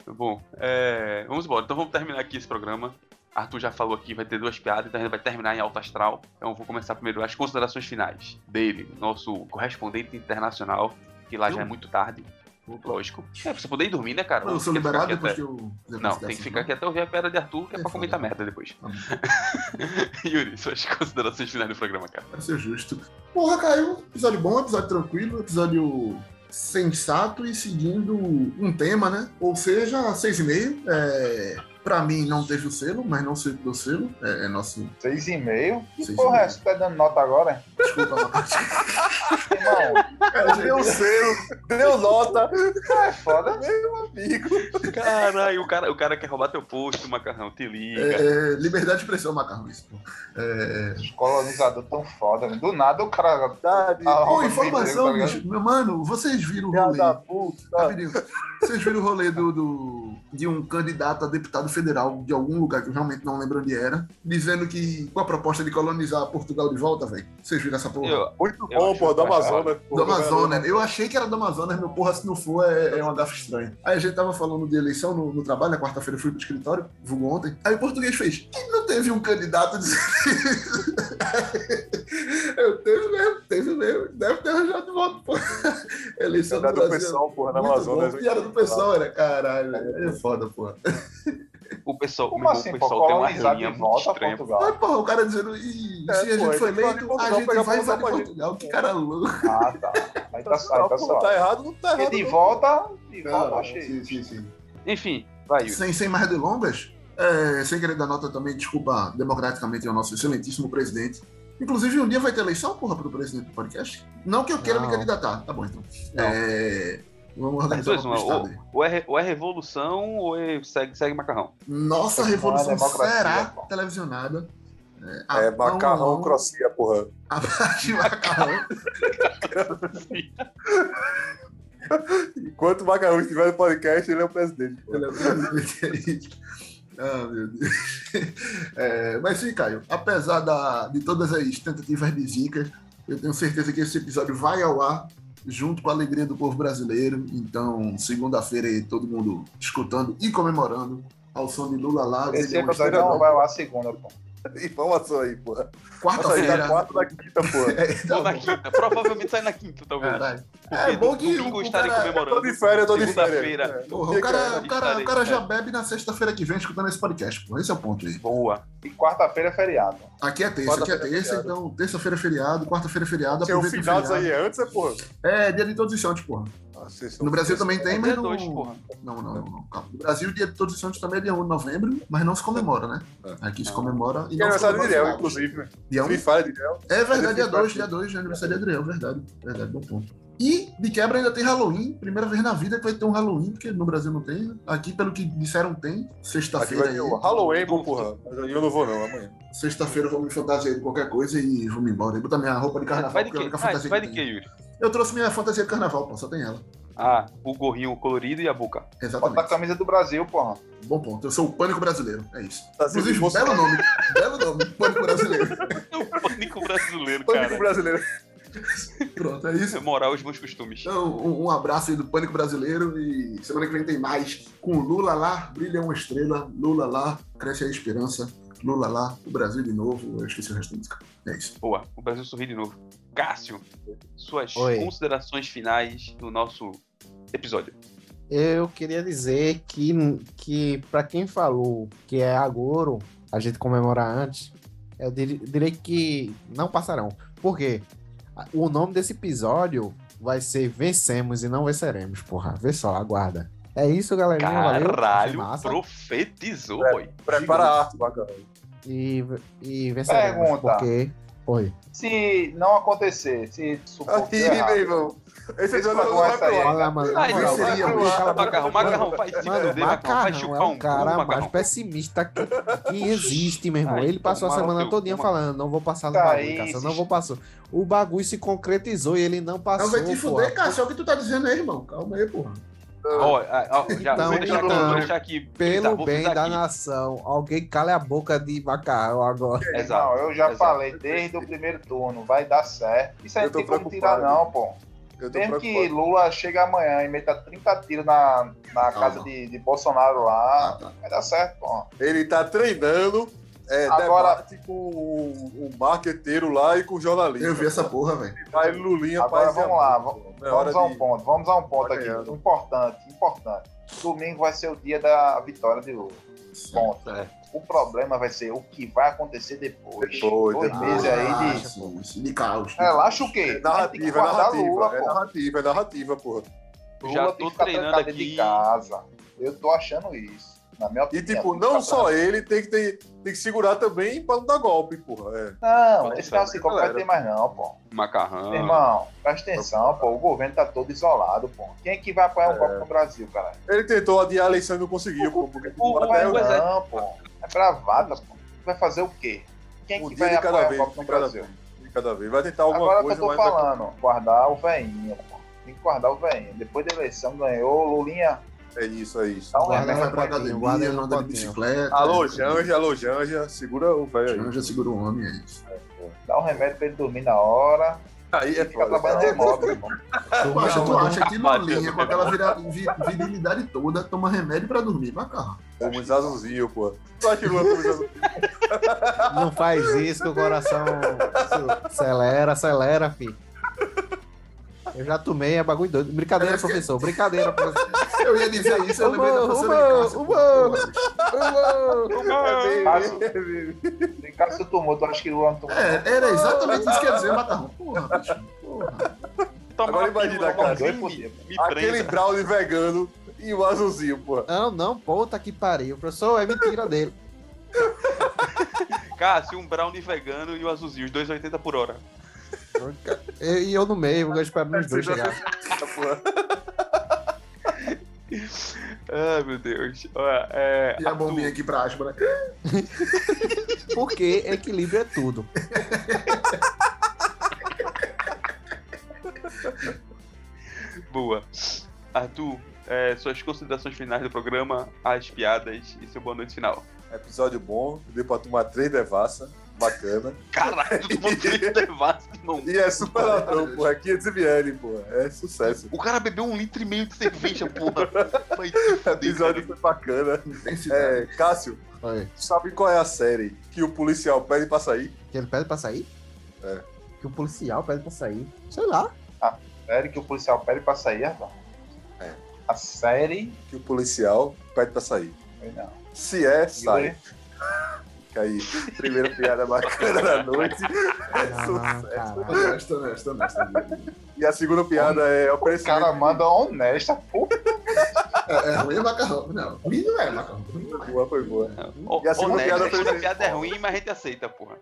Speaker 1: Tá Bom, é, vamos embora. Então vamos terminar aqui esse programa. Arthur já falou aqui, vai ter duas piadas, então a gente vai terminar em alto astral. Então eu vou começar primeiro as considerações finais dele, nosso correspondente internacional, que lá já é
Speaker 3: Eu?
Speaker 1: muito tarde,
Speaker 3: Opa.
Speaker 1: lógico. É, pra você poder ir dormir, né, cara?
Speaker 3: Eu sou
Speaker 1: Tem que ficar
Speaker 3: liberado
Speaker 1: aqui
Speaker 3: depois
Speaker 1: até-
Speaker 3: que eu.
Speaker 1: Não, tem que ficar aqui até ouvir a piada de Arthur, que é
Speaker 3: É
Speaker 1: pra comentar
Speaker 3: foda.
Speaker 1: merda depois.
Speaker 3: assim, né? Tá bom.
Speaker 1: Yuri, suas considerações finais do programa, cara.
Speaker 3: Pra ser justo. Porra, caiu. Episódio bom, episódio tranquilo, episódio sensato e seguindo um tema, né? Ou seja, seis e meio. É... Pra mim não teve o selo, mas não sei do selo. É, é nosso.
Speaker 5: 6,5? Que
Speaker 3: Seis e
Speaker 5: porra é
Speaker 3: meio.
Speaker 5: essa? Tá dando nota agora?
Speaker 3: Desculpa, Marcos.
Speaker 5: Irmão,
Speaker 2: Cara, deu selo, deu nota,
Speaker 5: é foda.
Speaker 2: amigo.
Speaker 1: Caralho, o cara, o cara quer roubar teu posto, macarrão, te
Speaker 3: É,
Speaker 1: liga.
Speaker 3: é, liberdade de expressão, Macarrão. Isso, pô. É,
Speaker 5: Os colonizadores tão foda. mano. Do nada o cara.
Speaker 2: Tá,
Speaker 5: Ah,
Speaker 2: bicho,
Speaker 3: Pô,
Speaker 5: rouba
Speaker 3: informação,
Speaker 5: emprego, tá ligado?
Speaker 3: bicho. Meu mano, vocês viram o
Speaker 2: filha
Speaker 3: rolê.
Speaker 2: da puta.
Speaker 3: Rapidinho. Vocês viram o rolê do, do- de um candidato a deputado federal de algum lugar que eu realmente não lembro onde era, dizendo que com a proposta de colonizar Portugal de volta, velho. Vocês viram essa porra?
Speaker 1: Eu-
Speaker 2: Muito
Speaker 1: Eu
Speaker 2: bom,
Speaker 1: acho
Speaker 2: pô, do
Speaker 1: engraçado.
Speaker 2: Amazonas. pô,
Speaker 3: Do Amazonas. né? Eu achei que era do Amazonas, meu porra, se não for, é, é uma gafa estranha. Aí a gente tava falando de eleição no, no trabalho, na quarta-feira eu fui pro escritório, vulgo ontem. Aí o português fez, e não teve um candidato dizendo isso?" Eu teve mesmo, teve mesmo. Deve ter arranjado voto, pô. Eleição
Speaker 2: Piada
Speaker 3: é do
Speaker 2: do
Speaker 3: Brasil.
Speaker 2: pessoal, porra, da
Speaker 3: Muito
Speaker 2: Amazonas. né?
Speaker 3: bom. Piada do pessoal, era caralho, velho. é foda, pô.
Speaker 1: O pessoal,
Speaker 5: Como
Speaker 1: meu irmão,
Speaker 5: assim,
Speaker 1: o
Speaker 5: pô?
Speaker 1: pessoal tem uma
Speaker 5: Colonizar de
Speaker 1: rinha muito
Speaker 5: volta a
Speaker 1: estranha.
Speaker 5: Portugal.
Speaker 3: Mas, porra, o cara dizendo, "Ih,
Speaker 2: É,
Speaker 3: se a
Speaker 2: pô,
Speaker 3: gente foi
Speaker 2: a gente vai
Speaker 3: eleito,
Speaker 2: pra
Speaker 3: a
Speaker 2: Portugal,
Speaker 3: gente
Speaker 2: pegar
Speaker 3: vai
Speaker 2: Portugal
Speaker 3: invadir
Speaker 2: pra gente."
Speaker 3: Portugal. Que cara louco.
Speaker 5: Ah, tá. Aí tá,
Speaker 2: Tá,
Speaker 5: aí tá
Speaker 2: pô,
Speaker 5: só.
Speaker 2: tá errado, não tá
Speaker 5: Porque
Speaker 2: errado.
Speaker 5: de
Speaker 2: não.
Speaker 5: volta, de volta,
Speaker 3: Cara,
Speaker 5: achei.
Speaker 3: sim, sim, sim.
Speaker 1: Enfim, vai, Yuri.
Speaker 3: sem, sem mais delongas, é, sem querer dar nota também, desculpa democraticamente ao nosso excelentíssimo presidente. Inclusive, um dia vai ter eleição, porra, pro presidente do podcast. Não que eu queira me
Speaker 4: Não.
Speaker 3: candidatar. Tá bom, então.
Speaker 1: Não.
Speaker 3: É, vamos
Speaker 1: As
Speaker 3: organizar
Speaker 1: duas,
Speaker 3: uma né?
Speaker 1: uma,
Speaker 3: postada
Speaker 1: ou,
Speaker 3: aí.
Speaker 1: ou, é, re- ou é revolução ou é segue, segue macarrão.
Speaker 3: Nossa
Speaker 5: Não é
Speaker 3: revolução
Speaker 5: democracia,
Speaker 3: será
Speaker 5: pô.
Speaker 3: televisionada. É,
Speaker 2: É
Speaker 3: a mão a
Speaker 2: macarrão
Speaker 3: mão,
Speaker 2: crocinha, porra.
Speaker 3: Abaixo de macarrão. Então.
Speaker 2: Enquanto o macarrão estiver no podcast, ele é o presidente. pô.
Speaker 3: Ele é muito Ah, meu Deus. É, mas sim, Caio, apesar da- de todas as tentativas de zicas, eu tenho certeza que esse episódio vai ao ar junto com a alegria do povo brasileiro. Então, segunda-feira aí, todo mundo escutando e comemorando ao som de Lula é lá.
Speaker 5: Esse
Speaker 3: Zé
Speaker 5: episódio
Speaker 3: Demonstrado.
Speaker 5: não vai lá segunda, pô.
Speaker 2: Informação aí, porra. Nossa, aí tá
Speaker 3: Quarta-feira.
Speaker 2: quatro da quinta, porra.
Speaker 3: É, tá
Speaker 1: ou na
Speaker 3: bom.
Speaker 1: quinta. Provavelmente sai na quinta, talvez.
Speaker 3: Caralho.
Speaker 1: Porque
Speaker 3: É bom que
Speaker 1: domingo
Speaker 3: o
Speaker 1: estarem
Speaker 3: cara-
Speaker 1: comemorando.
Speaker 2: Tô de férias, tô de
Speaker 1: Segunda-feira.
Speaker 2: férias. É.
Speaker 3: Porra, o cara, o cara, o cara já
Speaker 1: É.
Speaker 3: bebe na sexta-feira que vem escutando esse podcast. Pô. Esse é o ponto aí.
Speaker 1: Boa.
Speaker 5: E quarta-feira é feriado.
Speaker 3: Aqui é terça, aqui é
Speaker 2: Quarta-feira é
Speaker 3: terça,
Speaker 2: feriado.
Speaker 3: então terça-feira é feriado, quarta-feira é feriado,
Speaker 2: Tinha o
Speaker 3: aproveita o
Speaker 2: final disso
Speaker 3: feriado.
Speaker 2: aí, é antes, é, porra.
Speaker 3: É, dia de todos os santos, porra.
Speaker 2: Ah, vocês são-
Speaker 3: No Brasil também tem, um mas
Speaker 1: Dia
Speaker 3: não...
Speaker 1: é dois, porra.
Speaker 3: Não, não, não, não. calma. No Brasil, dia de todos os santos também é dia 1 de novembro, mas não se comemora, né? Aqui se comemora e
Speaker 2: Que é
Speaker 3: não se
Speaker 2: aniversário de
Speaker 3: comemora.
Speaker 2: Léo, inclusive.
Speaker 3: Dia 1?
Speaker 2: Free Fire de Léo.
Speaker 3: É verdade, dia
Speaker 2: Free
Speaker 3: 2,
Speaker 2: Fire.
Speaker 3: dia 2, é aniversário de Adriel, verdade. Verdade, bom ponto. E, de quebra, ainda tem Halloween. Primeira vez na vida que vai ter um Halloween, porque no Brasil não tem. né? Aqui, pelo que disseram, tem.
Speaker 2: Aqui vai
Speaker 3: Sexta-feira aí.
Speaker 2: ter o Halloween, pô, porra. Assim Mas aí eu não vou, não, amanhã.
Speaker 3: Sexta-feira eu vou me fantasiar de qualquer coisa e vou me embora. Eu botar minha roupa de carnaval,
Speaker 1: Vai de
Speaker 3: porque é a
Speaker 1: quê?
Speaker 3: única
Speaker 1: Vai,
Speaker 3: fantasia
Speaker 1: vai
Speaker 3: que
Speaker 1: de
Speaker 3: eu
Speaker 1: quê,
Speaker 3: tenho.
Speaker 1: Yuri?
Speaker 3: Eu trouxe minha fantasia de carnaval, pô, só tem ela.
Speaker 1: Ah, o gorrinho colorido e a boca.
Speaker 5: Bota
Speaker 3: Exatamente.
Speaker 5: a camisa do Brasil, porra.
Speaker 3: Bom ponto. Eu sou o pânico brasileiro. É isso.
Speaker 2: Tá sendo
Speaker 3: Inclusive,
Speaker 2: moço-
Speaker 3: belo nome. belo nome. Pânico brasileiro.
Speaker 1: O pânico brasileiro,
Speaker 2: Pânico
Speaker 1: cara.
Speaker 2: brasileiro.
Speaker 3: Pronto, é isso.
Speaker 1: Moral os bons costumes.
Speaker 3: Então, um, um abraço aí do Pânico Brasileiro e semana que vem tem mais com Lula lá, brilha uma estrela, Lula lá, cresce a esperança, Lula lá, o Brasil de novo, eu esqueci o resto da música. É isso.
Speaker 1: Boa, o Brasil sorri de novo. Cássio, suas
Speaker 4: Oi.
Speaker 1: considerações finais do nosso episódio.
Speaker 4: Eu queria dizer que, que para quem falou que é agouro, a gente comemorar antes, eu diri- direi que não passarão. Por quê? A- O nome desse episódio vai ser Vencemos e Não Venceremos, porra. Vê só, aguarda. É isso, galerinha. valeu. Achei
Speaker 1: Caralho,
Speaker 4: massa.
Speaker 1: profetizou,
Speaker 2: É.
Speaker 1: boy.
Speaker 2: Prepara a arte, macarrão.
Speaker 4: E, e venceremos,
Speaker 5: Pergunta.
Speaker 4: porque... Oi.
Speaker 5: Se não acontecer, se supor que
Speaker 2: Aí,
Speaker 5: deu errado,
Speaker 2: meu irmão. Esse
Speaker 5: Esse
Speaker 2: episódio não
Speaker 5: bagulho
Speaker 2: vai
Speaker 5: essa aí.
Speaker 2: pro ar.
Speaker 4: Olha, mano. na
Speaker 1: Ai,
Speaker 4: moral,
Speaker 2: seria,
Speaker 4: vai pro
Speaker 2: mano.
Speaker 4: ar, cala a boca.
Speaker 1: um Macarrão, macarrão, vai se
Speaker 4: Mano,
Speaker 1: fuder, macarrão, vai
Speaker 4: Macarrão
Speaker 1: chupar
Speaker 4: é
Speaker 1: um
Speaker 4: o cara
Speaker 1: cu,
Speaker 4: mais
Speaker 1: macarrão.
Speaker 4: pessimista que, que existe, meu irmão.
Speaker 1: Ai,
Speaker 4: Ele passou a
Speaker 1: tomar no
Speaker 4: semana
Speaker 1: teu
Speaker 4: todinha
Speaker 1: cu,
Speaker 4: falando, não vou passar no
Speaker 5: Tá
Speaker 4: bagulho,
Speaker 5: aí,
Speaker 4: Cássio, eu não
Speaker 5: insiste.
Speaker 4: vou passar. O bagulho se concretizou e ele não passou,
Speaker 3: Não vai te fuder,
Speaker 4: porra.
Speaker 3: Cássio, é o que tu tá dizendo aí, irmão. Calma aí, porra.
Speaker 1: Ó, ah, ó, já
Speaker 4: Então,
Speaker 1: vou deixar aqui,
Speaker 4: então,
Speaker 1: vou deixar aqui. frisar,
Speaker 4: Pelo
Speaker 1: Tá, vou
Speaker 4: bem
Speaker 1: frisar
Speaker 4: da
Speaker 1: aqui.
Speaker 4: nação, alguém cala a boca de macarrão agora.
Speaker 1: Exato.
Speaker 5: Não, eu já
Speaker 1: exato.
Speaker 5: falei desde o primeiro turno, vai dar certo. Isso aí
Speaker 2: Eu
Speaker 5: não
Speaker 2: tô
Speaker 5: tem como tirar,
Speaker 2: preocupado.
Speaker 5: não, pô.
Speaker 2: Eu tô
Speaker 5: Mesmo que
Speaker 2: preocupado.
Speaker 5: Lula chegue amanhã e meta 30 tiros na, na
Speaker 3: Não,
Speaker 5: casa
Speaker 3: não.
Speaker 5: de, de Bolsonaro lá,
Speaker 3: Ah, tá.
Speaker 5: vai dar certo, pô.
Speaker 2: Ele tá treinando é,
Speaker 5: Agora-
Speaker 2: debate com o, o marqueteiro lá e com o jornalista.
Speaker 3: Eu vi essa porra, velho.
Speaker 2: Vai Lulinha, paz
Speaker 5: Agora
Speaker 2: e
Speaker 5: vamos
Speaker 2: amor,
Speaker 5: lá,
Speaker 2: pô. Não é hora
Speaker 5: Vamos a um
Speaker 2: de-
Speaker 5: ponto, vamos a um ponto
Speaker 2: Tá
Speaker 5: aqui.
Speaker 2: ganhando.
Speaker 5: Importante, importante. Domingo vai ser o dia da vitória de Lula. Ponto.
Speaker 1: É.
Speaker 5: O problema vai ser o que vai acontecer depois.
Speaker 2: Depois,
Speaker 5: Dois
Speaker 2: depois.
Speaker 5: meses aí de.
Speaker 3: Relaxa, pô, isso, de caos.
Speaker 5: Relaxa o quê?
Speaker 2: É narrativa, é
Speaker 5: guardar
Speaker 2: narrativa,
Speaker 5: Lula,
Speaker 2: é
Speaker 5: pô.
Speaker 2: narrativa, é narrativa, porra.
Speaker 1: Já
Speaker 5: Lula
Speaker 1: tô
Speaker 5: tem que ficar
Speaker 1: treinando
Speaker 5: trancado
Speaker 1: aqui.
Speaker 5: de casa. Eu tô achando isso. Na minha
Speaker 2: E,
Speaker 5: opinião.
Speaker 2: tipo,
Speaker 5: É, tem que
Speaker 2: não
Speaker 5: ficar
Speaker 2: só ele, tem que, ter, tem que segurar também pra não dar golpe, porra. É.
Speaker 5: Não,
Speaker 1: Pode
Speaker 5: esse
Speaker 1: deixar,
Speaker 5: cara se competem
Speaker 2: galera.
Speaker 5: mais não, pô.
Speaker 1: Ah.
Speaker 7: Macarrão.
Speaker 5: Meu irmão, presta atenção, pô. O governo tá todo isolado, pô. Quem é que vai apoiar um copo no Brasil, cara?
Speaker 2: Ele tentou adiar a eleição e não conseguiu, pô, porque tipo,
Speaker 1: o-
Speaker 2: até
Speaker 1: o-
Speaker 2: o
Speaker 1: Pois é.
Speaker 5: não, pô. É bravata, pô. Vai fazer o quê? Quem é
Speaker 2: um
Speaker 5: que
Speaker 2: dia
Speaker 5: vai
Speaker 2: de cada
Speaker 5: apoiar um
Speaker 2: vez,
Speaker 5: copo
Speaker 2: um
Speaker 5: no
Speaker 2: de cada
Speaker 5: Brasil?
Speaker 2: vez, um de cada vez. Vai tentar alguma
Speaker 5: Agora que eu
Speaker 2: coisa,
Speaker 5: tô
Speaker 2: mas vai-
Speaker 5: falando, guardar o veinho, pô. Tem que guardar o veinho. Depois da eleição ganhou, Lulinha,
Speaker 2: é isso, é isso.
Speaker 5: dá um
Speaker 3: Guarda
Speaker 5: remédio
Speaker 3: vai pra
Speaker 5: pra mim.
Speaker 3: academia,
Speaker 4: academia, guarda ele no
Speaker 3: anda de
Speaker 4: quadrinho.
Speaker 5: um
Speaker 3: bicicleta.
Speaker 2: Alô, Janja, alô, Janja, segura o velho aí.
Speaker 3: Janja segura o homem, é isso.
Speaker 5: Dá um remédio pra ele dormir na hora.
Speaker 2: Aí é
Speaker 5: E fica
Speaker 2: foda.
Speaker 5: trabalhando
Speaker 2: cara.
Speaker 5: remoto, irmão.
Speaker 3: Tu acha, tu
Speaker 1: não,
Speaker 3: acha que
Speaker 1: não,
Speaker 3: Lulinha,
Speaker 1: não,
Speaker 3: com aquela vira- vi- virilidade toda, toma remédio pra dormir, vai cá.
Speaker 2: Pô, Muito azulzinho, pô. Tá Só que Luan Cruz azul.
Speaker 4: Não faz isso que o coração se- acelera, acelera, filho. Eu já tomei, é bagulho doido. Brincadeira, professor. Brincadeira, professor.
Speaker 3: Eu ia dizer isso, eu lembrei da
Speaker 4: Humor,
Speaker 3: professora de casa.
Speaker 4: humor,
Speaker 5: Cássio, se Cássio tomou, tu acha que Lula não tomou?
Speaker 3: É, era exatamente isso que eu ia dizer, Macarrão. Porra, bicho, porra.
Speaker 1: Toma
Speaker 2: Agora
Speaker 1: uma
Speaker 2: imagina,
Speaker 1: pílula,
Speaker 2: cara,
Speaker 1: alguém
Speaker 5: dois por
Speaker 1: Me,
Speaker 5: dia,
Speaker 1: me
Speaker 2: Aquele
Speaker 1: prenda.
Speaker 2: brownie vegano e o azulzinho, pô.
Speaker 4: Não, não, puta que pariu. Professor, é mentira dele.
Speaker 1: Cássio, um brownie vegano e o azulzinho, os dois 80 por hora.
Speaker 4: E e eu no meio, eu espero nos dois chegar.
Speaker 2: Pô.
Speaker 1: Ai, Ah, meu Deus. Ó, é,
Speaker 3: E a
Speaker 1: Arthur,
Speaker 3: bombinha aqui pra aspa, né?
Speaker 4: Porque equilíbrio é tudo.
Speaker 1: Boa. Arthur, é, suas considerações finais do programa, as piadas e seu boa noite final.
Speaker 2: Episódio bom, deu pra tomar três devassa, bacana.
Speaker 1: Caralho, tu tomou três devassos, irmão.
Speaker 2: E é super ladrão, pô. É 500 ml, pô. É sucesso.
Speaker 1: O cara bebeu um litro e meio de cerveja, porra. Vai se
Speaker 2: O
Speaker 1: fuder,
Speaker 2: episódio foi bacana.
Speaker 3: Intensidade.
Speaker 2: É, Cássio,
Speaker 4: Olha,
Speaker 2: tu sabe qual é a série que o policial pede pra sair?
Speaker 4: que ele pede pra sair?
Speaker 2: É.
Speaker 4: Que o policial pede pra sair. Sei lá.
Speaker 5: série É que o policial pede pra sair, irmão.
Speaker 2: É.
Speaker 5: A série.
Speaker 2: Que o policial pede pra sair.
Speaker 5: Foi não.
Speaker 2: Se é, sai. Fica aí. Primeira piada bacana da noite. É
Speaker 4: Ah,
Speaker 2: sucesso.
Speaker 4: caralho.
Speaker 3: Honesta, honesta, honesta.
Speaker 2: E a segunda piada é o
Speaker 5: O cara manda honesta, pô.
Speaker 3: É, é ruim é macarrão. Não, ruim não é macarrão. Ruim não é.
Speaker 2: Boa, foi boa.
Speaker 1: Ó,
Speaker 2: E a segunda
Speaker 1: honesto,
Speaker 2: piada
Speaker 1: a segunda
Speaker 2: foi-
Speaker 1: piada é ruim, mas a gente aceita, porra.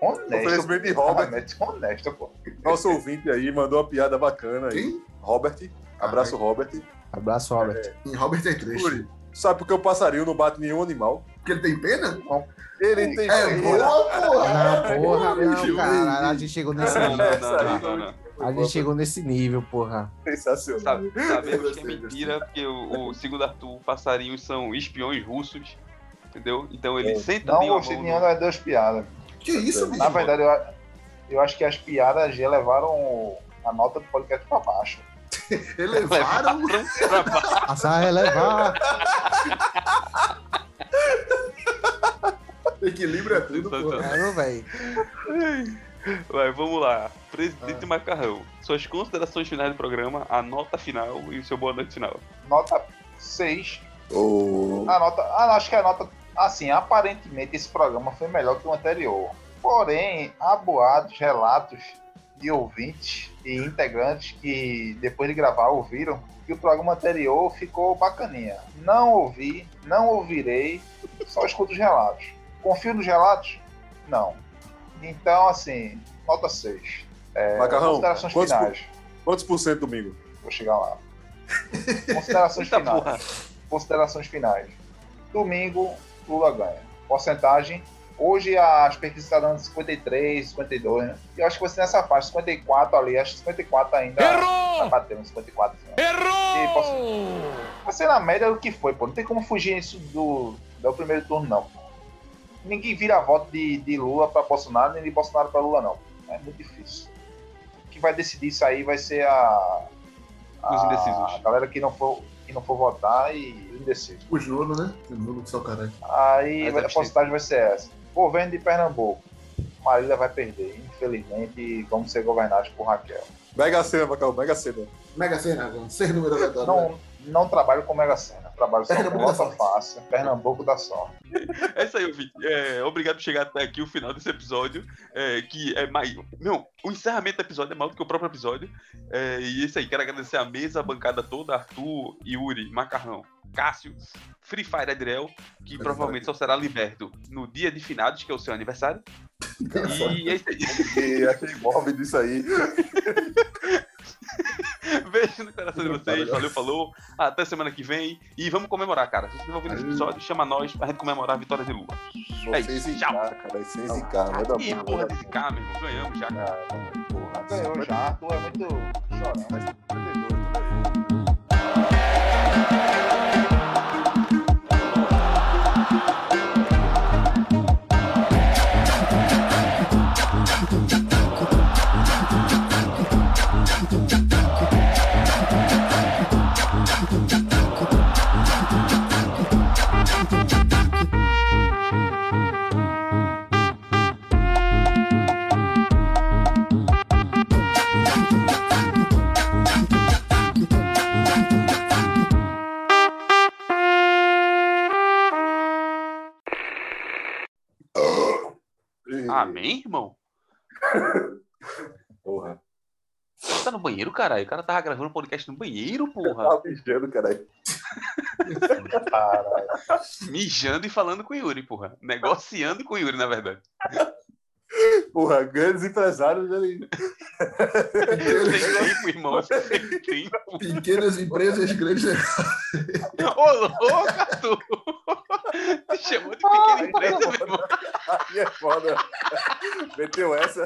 Speaker 5: Honesto.
Speaker 2: Oferecimento de
Speaker 5: pô.
Speaker 2: Robert,
Speaker 5: Realmente honesta, pô.
Speaker 2: nosso ouvinte aí, mandou uma piada bacana aí.
Speaker 3: Quem?
Speaker 2: Robert, abraço Robert.
Speaker 4: Abraço, Robert.
Speaker 3: Em Robert é três.
Speaker 2: Yuri, sabe por que o passarinho não bate nenhum animal?
Speaker 3: Porque ele tem pena?
Speaker 2: Ele tem
Speaker 3: É
Speaker 2: pena.
Speaker 3: boa, porra.
Speaker 4: Não, Ah, porra, não,
Speaker 3: Gil.
Speaker 4: caralho. A gente chegou nesse
Speaker 2: Não,
Speaker 4: nível.
Speaker 2: não, não,
Speaker 4: A gente chegou nesse nível, porra.
Speaker 2: Sensacional.
Speaker 1: Sabe- Sabemos que é
Speaker 3: Gostei,
Speaker 1: mentira, porque o, o segundo Arthur, passarinhos são espiões russos, entendeu? Então
Speaker 2: É,
Speaker 1: ele
Speaker 2: Tá
Speaker 1: senta
Speaker 5: Não
Speaker 1: ali uma
Speaker 5: gostei de
Speaker 1: mão
Speaker 2: né?
Speaker 5: nenhuma
Speaker 1: no...
Speaker 5: das duas piadas.
Speaker 3: Que isso, bicho?
Speaker 5: Na verdade, eu, eu acho que as piadas já levaram a nota do podcast pra baixo.
Speaker 3: Elevaram.
Speaker 4: Passar a relevar.
Speaker 3: Equilíbrio é tudo, porra.
Speaker 4: Caramba, velho.
Speaker 1: Vai, vamos lá.
Speaker 2: Ah.
Speaker 1: Presidente Macarrão, suas considerações finais do programa, a nota final e o seu boa noite final.
Speaker 5: Nota 6.
Speaker 2: Ô,
Speaker 5: A nota. ah, acho que a nota. Assim, aparentemente esse programa foi melhor que o anterior. Porém, há boatos, relatos de ouvintes e integrantes que depois de gravar ouviram que o programa anterior ficou bacaninha. Não ouvi, não ouvirei, só escuto os relatos. Confio nos relatos? Não. Então, assim, nota 6.
Speaker 2: Macarrão,
Speaker 5: Considerações
Speaker 2: quantos, por-
Speaker 5: finais.
Speaker 2: quantos por cento domingo?
Speaker 5: Vou chegar lá. Considerações
Speaker 1: Eita
Speaker 5: finais.
Speaker 1: porra.
Speaker 5: Considerações finais. Domingo, Lula ganha. Porcentagem. Hoje as pesquisas estão dando 53, 52, né? E eu acho que você nessa faixa, 54 ali, acho que 54 ainda. Tá
Speaker 6: Errou!
Speaker 5: batendo 54. Né? E posso-
Speaker 6: Errou!
Speaker 5: Vai ser na média do que foi, pô. Não tem como fugir isso do, do primeiro turno, não. Ninguém vira a voto de, de Lula pra Bolsonaro, nem de Bolsonaro pra Lula, não. É muito difícil. O que vai decidir isso aí vai ser a.
Speaker 1: Os
Speaker 2: Ah,
Speaker 5: a
Speaker 1: indecisos.
Speaker 5: A galera que não for, que não for votar e os indecisos.
Speaker 3: Os nono, né? Tem nono que só o caralho.
Speaker 5: Aí
Speaker 1: Mas
Speaker 5: vai- a
Speaker 1: absteve.
Speaker 5: porcentagem vai ser essa. Governo de Pernambuco. Marília vai perder. Infelizmente, vamos ser governados por Raquel.
Speaker 2: Mega cena, Macarrão, mega cena.
Speaker 3: Mega Sena, com seis números aleatórios.
Speaker 5: Não, não trabalho com Mega Sena. Trabalho só com
Speaker 3: Pernambuco da
Speaker 5: Nota
Speaker 3: sorte.
Speaker 5: Fácil. Pernambuco da Sorte.
Speaker 1: É isso aí, ouvinte. É, obrigado por chegar até aqui o final desse episódio. é, que é mais. Não, o encerramento do episódio é maior do que o próprio episódio. É, e é isso aí, quero agradecer a mesa, a bancada toda, Arthur, Yuri, Macarrão. Cássio, Free Fire Adriel, que provavelmente só será liberto no dia de finados, que é o seu aniversário. E é isso aí.
Speaker 2: E achei móvel disso aí.
Speaker 1: Beijo no coração de vocês. Valeu, falou. Até semana que vem. E vamos comemorar, cara. Se vocês não ouviram esse episódio, chama nós pra gente comemorar a vitória de Lua. É
Speaker 2: Vocês
Speaker 1: isso,
Speaker 2: em
Speaker 1: tchau.
Speaker 2: cá, cara. Vocês em cá. Vai dar
Speaker 1: Ih,
Speaker 2: bom,
Speaker 1: porra
Speaker 2: vai
Speaker 1: desse
Speaker 2: dar
Speaker 1: cara, meu irmão. Ganhamos já.
Speaker 2: bom. Ah, porra.
Speaker 5: Ganhou já, tu é muito chorão.
Speaker 2: Mas perdedor.
Speaker 1: Amém, irmão?
Speaker 2: Porra.
Speaker 1: Você tá no banheiro, caralho. O cara tava gravando podcast no banheiro, porra.
Speaker 2: Tá mijando, caralho.
Speaker 5: Cara,
Speaker 1: Mijando e falando com o Yuri, porra. Negociando com o Yuri, na verdade.
Speaker 2: Porra, grandes empresários ali.
Speaker 1: Sem tempo, irmão. Sem tempo.
Speaker 3: Pequenas empresas, grandes né?
Speaker 1: Ô, louca, tu! Te chamou de pequena empresa, meu irmão.
Speaker 2: Aí é foda. Meteu essa.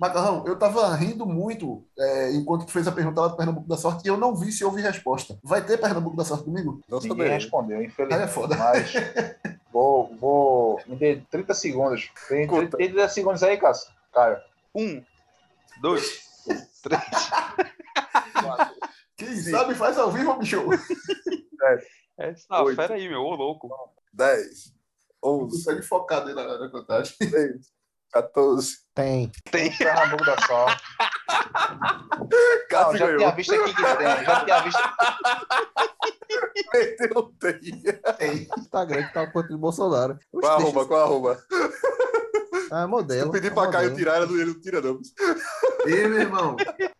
Speaker 3: Macarrão, eu tava rindo muito é, enquanto tu fez a pergunta lá do Pernambuco da Sorte e eu não vi se houve resposta. Vai ter Pernambuco da Sorte domingo?
Speaker 2: Não
Speaker 5: ninguém
Speaker 2: saberei.
Speaker 5: respondeu, infelizmente.
Speaker 3: Aí é foda.
Speaker 5: Mas vou, vou. Me dê 30 segundos. Tem
Speaker 2: Conta.
Speaker 5: 30, segundos aí, Cássio. Caio.
Speaker 1: Um, dois, três.
Speaker 3: Quem sabe faz ao vivo, bicho.
Speaker 1: Essa
Speaker 2: Oito.
Speaker 1: fera aí, meu. Ô, louco.
Speaker 2: 10, 11,
Speaker 3: Consegue focado aí na, na contagem.
Speaker 2: 14.
Speaker 4: Tem.
Speaker 5: Pernambuco da Sorte. Não,
Speaker 2: Cássio
Speaker 5: já tinha
Speaker 2: Ah, ganhou.
Speaker 5: visto aqui que tem. Já tinha visto.
Speaker 2: Meteu tem.
Speaker 4: Instagram que tá o conta de Bolsonaro. Os
Speaker 2: Qual
Speaker 4: textos-
Speaker 2: arroba? Qual arroba?
Speaker 4: Ah,
Speaker 2: Eu
Speaker 4: modelo.
Speaker 2: pedi
Speaker 4: é
Speaker 2: pra
Speaker 4: modelo.
Speaker 2: Caio tirar, ele não tira, não.
Speaker 3: E, meu irmão,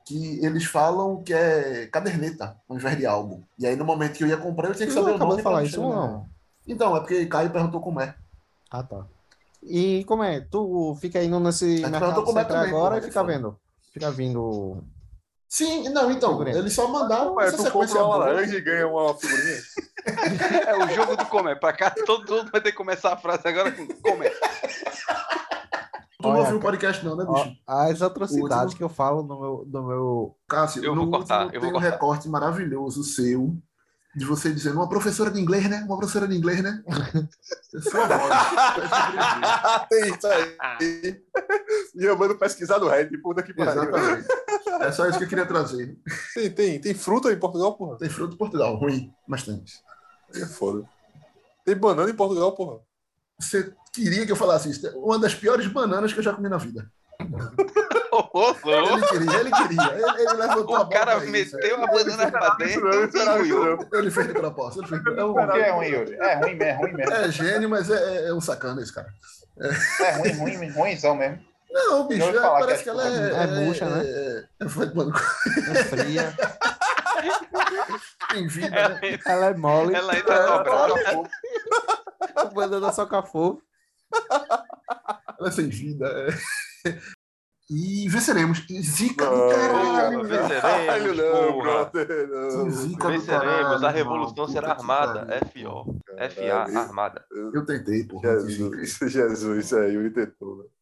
Speaker 3: que eles falam que é caderneta ao invés de álbum. E aí no momento que eu ia comprar, eu tinha que
Speaker 4: Você
Speaker 3: saber
Speaker 4: não
Speaker 3: o
Speaker 4: acabou
Speaker 3: nome.
Speaker 4: de falar
Speaker 3: pra
Speaker 4: isso,
Speaker 3: chegar.
Speaker 4: não.
Speaker 3: Então, é porque Caio perguntou como é.
Speaker 4: Ah, tá. E como é? Tu fica indo nesse
Speaker 3: Mas tu
Speaker 4: mercado
Speaker 3: perguntou como é
Speaker 4: central
Speaker 3: também,
Speaker 4: agora
Speaker 3: pô,
Speaker 4: e
Speaker 3: né?
Speaker 4: fica vendo. Fica vindo.
Speaker 3: Sim, não, então,
Speaker 4: Figurinha.
Speaker 3: eles só mandaram
Speaker 2: Ué,
Speaker 3: essa
Speaker 2: tu
Speaker 3: sequência
Speaker 2: compra uma
Speaker 3: boa.
Speaker 2: laranja e ganha uma figurinha?
Speaker 1: É o jogo do comer. Pra cá, todo mundo vai ter que começar a frase agora com comer.
Speaker 3: Tu não
Speaker 4: Olha,
Speaker 3: ouviu o podcast não, né,
Speaker 4: Ó,
Speaker 3: bicho?
Speaker 4: as atrocidades
Speaker 3: Último.
Speaker 4: que eu falo no meu, no meu.
Speaker 3: Cássio,
Speaker 1: Eu
Speaker 3: no
Speaker 1: vou cortar,
Speaker 3: último
Speaker 1: eu vou
Speaker 3: tem um
Speaker 1: cortar.
Speaker 3: recorte maravilhoso seu de você dizendo uma professora de inglês, né? Uma professora de inglês, né? É Sua voz.
Speaker 2: Tem isso aí. E eu mando pesquisar no Red, puta que pariu.
Speaker 3: Exatamente. É só isso que eu queria trazer.
Speaker 2: Tem, tem, tem fruta em Portugal, porra.
Speaker 3: Tem fruto de Portugal, ruim, mas tem.
Speaker 2: Aí É foda. Tem banana em Portugal, porra.
Speaker 3: Você queria que eu falasse isso? Uma das piores bananas que eu já comi na vida.
Speaker 1: Ô, ô, louco.
Speaker 3: Ele queria, ele queria. Ele, ele levantou a
Speaker 1: O
Speaker 3: bola
Speaker 1: cara
Speaker 3: pra isso.
Speaker 1: meteu a banana pra
Speaker 2: Isso não,
Speaker 1: dentro
Speaker 2: isso não,
Speaker 1: e
Speaker 2: isso
Speaker 1: engoliu.
Speaker 2: não.
Speaker 3: Ele fez de propósito. Ele fez de
Speaker 5: Por que
Speaker 3: propósito.
Speaker 5: é ruim, Yuri? É ruim mesmo, é ruim mesmo.
Speaker 3: É gênio, mas é, é- é um sacana esse cara.
Speaker 5: É ruim, ruim, ruimzão mesmo.
Speaker 3: Não, bicho,
Speaker 5: ouvi
Speaker 3: é-
Speaker 5: falar
Speaker 3: parece que
Speaker 5: que é-
Speaker 3: ela é.
Speaker 4: é murcha, né?
Speaker 3: É, é, foi, mano,
Speaker 4: É fria.
Speaker 3: tem vida, né?
Speaker 1: Ela,
Speaker 4: ela é mole.
Speaker 1: ela entra dobrada.
Speaker 4: A banana soca fogo.
Speaker 3: Ela sem vida. é. E venceremos. E Zica do
Speaker 2: Não,
Speaker 3: caralho,
Speaker 1: cara,
Speaker 3: velho.
Speaker 1: Venceremos,
Speaker 2: não,
Speaker 1: porra.
Speaker 2: brother, não.
Speaker 3: Que zica do caralho,
Speaker 1: Venceremos. A
Speaker 3: irmão.
Speaker 1: revolução
Speaker 3: Puta
Speaker 1: será
Speaker 3: que
Speaker 1: armada.
Speaker 3: pariu.
Speaker 1: FO. FA, armada.
Speaker 3: Eu tentei, porra. que zica.
Speaker 2: Jesus, Jesus, aí, eu tentou, né?